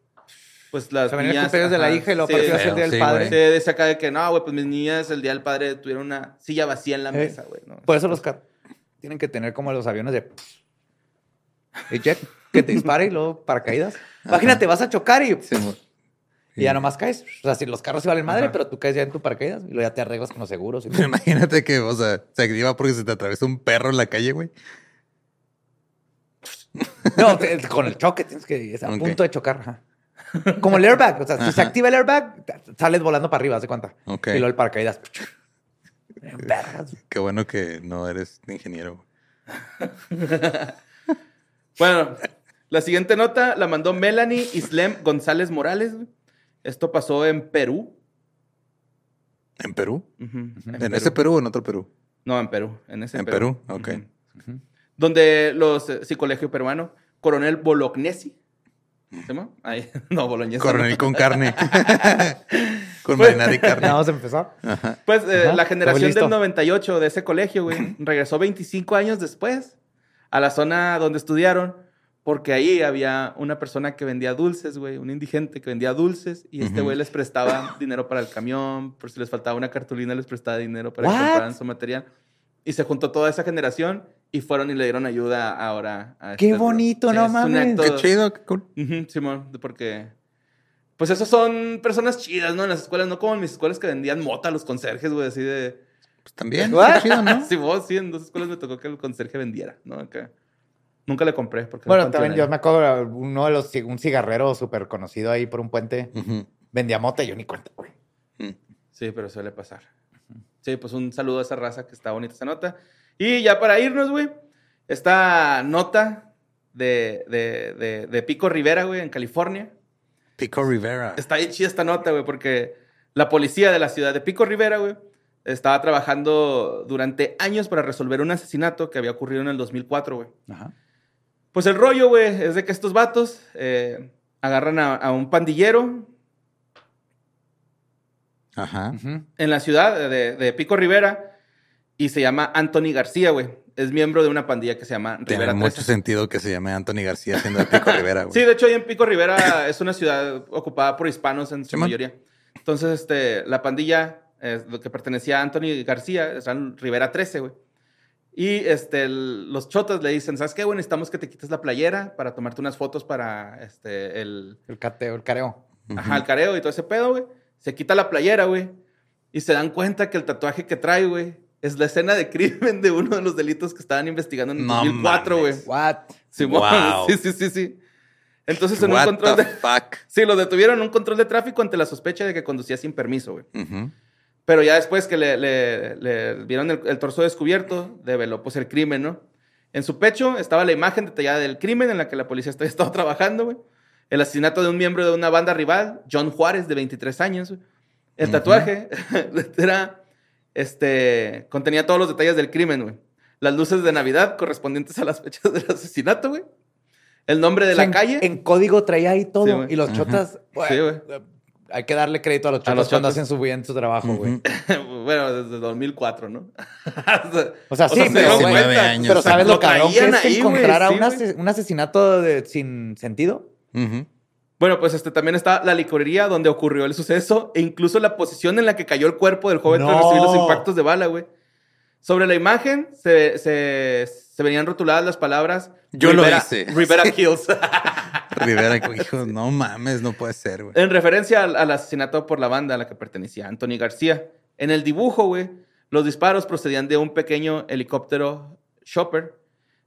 pues las
Se venía el
niñas...
cumpleaños de la
ajá,
hija y lo
sí,
partió a
sí,
ser día
sí,
del
güey.
padre.
Se dice acá de que, no, güey, pues mis niñas el Día del Padre tuvieron una silla vacía en la
Eh,
mesa, güey. ¿no?
Por eso los car- tienen que tener como los aviones de. Y jet, que te dispare y luego paracaídas. Imagínate, vas a chocar y. Y ya nomás caes. O sea, si los carros se valen madre,
Ajá.
pero tú caes ya en tu paracaídas y luego ya te arreglas con los seguros. y-
Pero imagínate que, o sea, se activa porque se te atraviesa un perro en la calle, güey.
No, te- con el choque tienes que. Es a
Ok.
punto de chocar. ajá. Como el airbag. O sea, si se
Ajá.
activa el airbag, t- sales volando para arriba, ¿se cuenta?
Ok.
Y luego el paracaídas. Vergas.
Qué bueno que no eres ingeniero. güey.
Bueno, la siguiente nota la mandó Melanie Islem González Morales. güey. Esto pasó en Perú.
¿En Perú?
Ujú,
¿En, ese Perú o en otro Perú?
No, en Perú. En, ese
en Perú, ok.
Ujú. Donde los eh, sí, colegio peruano, coronel Bolognesi. ¿Se llama? Ay, no, Bolognesi.
Coronel con carne. con
Pues-
marinada y carne.
Ya vamos a empezar.
Ajá.
Pues eh,
Ajá,
la generación
listo.
del 98 de ese colegio, güey, regresó 25 años después a la zona donde estudiaron, porque ahí había una persona que vendía dulces, güey, un indigente que vendía dulces, y este
Ujú.
güey les prestaba dinero para el camión, por si les faltaba una cartulina, les prestaba dinero para que
What?
compraran su material. Y se juntó toda esa generación y fueron y le dieron ayuda ahora. A
Qué
este-
bonito,
Sí,
no
es un
mames.
acto-
Qué chido, qué cool.
Ujú, Simón, de- porque. Pues esos son personas chidas, ¿no? En las escuelas, no como en mis escuelas que vendían mota a los conserjes, güey, así de.
Pues también.
¿What?
Qué chido, ¿no?
Si vos, sí, en dos escuelas me tocó que el conserje vendiera, ¿no? Acá. Nunca le compré porque.
Bueno,
era
también yo
panteonero.
me acuerdo de uno de los ci- un cigarrero súper conocido ahí por un puente.
Ujú. mm.
Vendía mota y yo ni cuenta, güey.
Sí, pero suele pasar. Sí, pues un saludo a esa raza que está bonita esa nota. Y ya para irnos, güey, esta nota de, de, de, de Pico Rivera, güey, en California.
Pico Rivera.
Está bien chida esta nota, güey, porque la policía de la ciudad de Pico Rivera, güey, estaba trabajando durante años para resolver un asesinato que había ocurrido en el 2004, güey.
Ajá.
Pues el rollo, güey, es de que estos vatos eh, agarran a, a un pandillero
Ajá.
Ujú.
en la ciudad de, de Pico Rivera y se llama Anthony García, güey. Es miembro de una pandilla que se llama
Tiene
Rivera
mucho
13.
sentido que se llame Anthony García siendo de Pico Rivera, güey.
Sí, de hecho, ahí en Pico Rivera es una ciudad ocupada por hispanos en su
Simón.
mayoría. Entonces, este, la pandilla eh, lo que pertenecía a Anthony García es en Rivera 13, güey. Y este, el- los chotas le dicen, ¿sabes qué, güey? Necesitamos que te quites la playera para tomarte unas fotos para este, el,
El cateo, el careo.
Ujú.
Ajá, el careo y todo ese pedo, güey. Se quita la playera, güey. Y se dan cuenta que el tatuaje que trae, güey, es la escena de crimen de uno de los delitos que estaban investigando en el
No
2004, güey.
mames.
What?
Simón,
Wow.
Sí, sí, sí, sí. Entonces, en un
What
control
the
de...
fuck?
Sí, lo detuvieron en un control de tráfico ante la sospecha de que conducía sin permiso, güey.
Ujú.
Pero ya después que le, le- le vieron el, el torso descubierto, develó pues el crimen, ¿no? En su pecho estaba la imagen detallada del crimen en la que la policía está- estaba trabajando, güey. El asesinato de un miembro de una banda rival, John Juárez, de 23 años. güey. El
Ujú.
tatuaje era, este, contenía todos los detalles del crimen, güey. Las luces de Navidad correspondientes a las fechas del asesinato, güey. El nombre de
O sea,
la
en-
calle.
En código traía ahí
Sí,
todo.
güey.
y los
Ajá.
chotas. güey,
Sí, güey.
eh, Hay que darle crédito a los chotas,
los
cuando
chotas.
hacen su bien su trabajo, güey.
Ujú.
bueno, desde 2004, ¿no?
O sea, Ah, sí,
se
pero,
dieron
güey,
cuenta.
19 años.
Pero ¿sabes lo,
Lo
cabrón que
traían
es que
ahí, güey,
encontrar a
sí,
un,
güey.
ase- un asesinato de- sin sentido?
Ujú.
Bueno, pues este también está la licorería donde ocurrió el suceso e incluso la posición en la que cayó el cuerpo del joven tras
No.
recibir los impactos de bala, güey. Sobre la imagen se, se- se venían rotuladas las palabras
Yo lo
Rivera,
hice.
Rivera Kills
Rivera, hijo, no mames, no puede ser, güey.
en referencia al, al asesinato por la banda a la que pertenecía Anthony García. En el dibujo, güey, los disparos procedían de un pequeño helicóptero Chopper,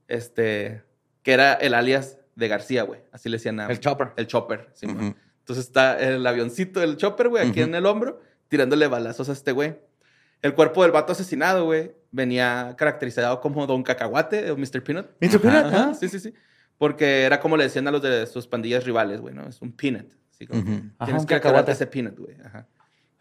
este, que era el alias de García, güey. Así le decían a
El chopper.
el Chopper. sí, güey.
Ujú.
Entonces está el avioncito del chopper, güey, aquí
Ujú.
en el hombro, tirándole balazos a este güey. El cuerpo del vato asesinado, güey, venía caracterizado como Don Cacahuate o Mr. Peanut.
Mr. Peanut,
Ajá,
ah.
Sí, sí, sí. Porque era como le decían a los de sus pandillas rivales, güey, ¿no? Es un peanut. Así como que
Ujú.
tienes
Ajá, un
que
cacahuate.
acabarte ese peanut, güey. Ajá.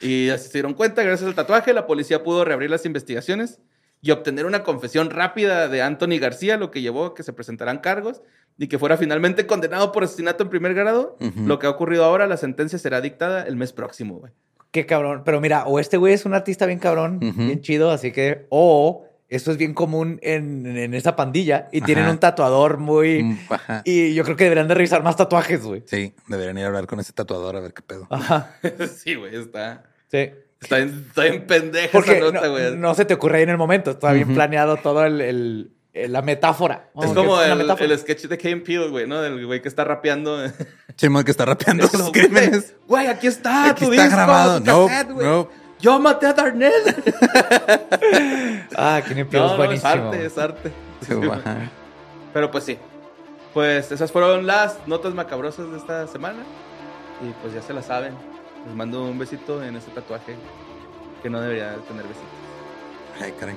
Y así se dieron cuenta, gracias al tatuaje, la policía pudo reabrir las investigaciones y obtener una confesión rápida de Anthony García, lo que llevó a que se presentaran cargos y que fuera finalmente condenado por asesinato en primer grado.
Ujú.
Lo que ha ocurrido ahora, la sentencia será dictada el mes próximo, güey.
Qué cabrón. Pero mira, o este güey es un artista bien cabrón,
Ujú.
bien chido, así que. O esto es bien común en, en esa pandilla y tienen
Ajá.
un tatuador muy.
Mm, Ajá.
Y yo creo que deberían de revisar más tatuajes, güey.
Sí, deberían ir a hablar con ese tatuador a ver qué pedo.
Ajá.
sí, güey, está,
Sí.
está, bien, está bien pendeja
Porque
esa nota,
no-
güey.
no, se te ocurre ahí en el momento. Está bien
Ujú.
planeado todo el, el- el- la metáfora.
es
Aunque
como
una
el,
metáfora.
el sketch de Kane Peele, güey, ¿no? Del güey que está rapeando.
Chimo que está rapeando
Eso,
sus
güey.
crímenes.
Güey, aquí está
Aquí
Ah, tu
está
disco,
grabado.
tu
No,
cassette, güey.
no.
Yo maté a Darnell.
Ah, Kenny Peele
no,
es
no, es
buenísimo.
arte, es arte.
Sí, ajá.
Pero pues sí. Pues esas fueron las notas macabrosas de esta semana. Y pues ya se las saben. Les mando un besito en ese tatuaje que no debería tener besitos.
Ay, caray.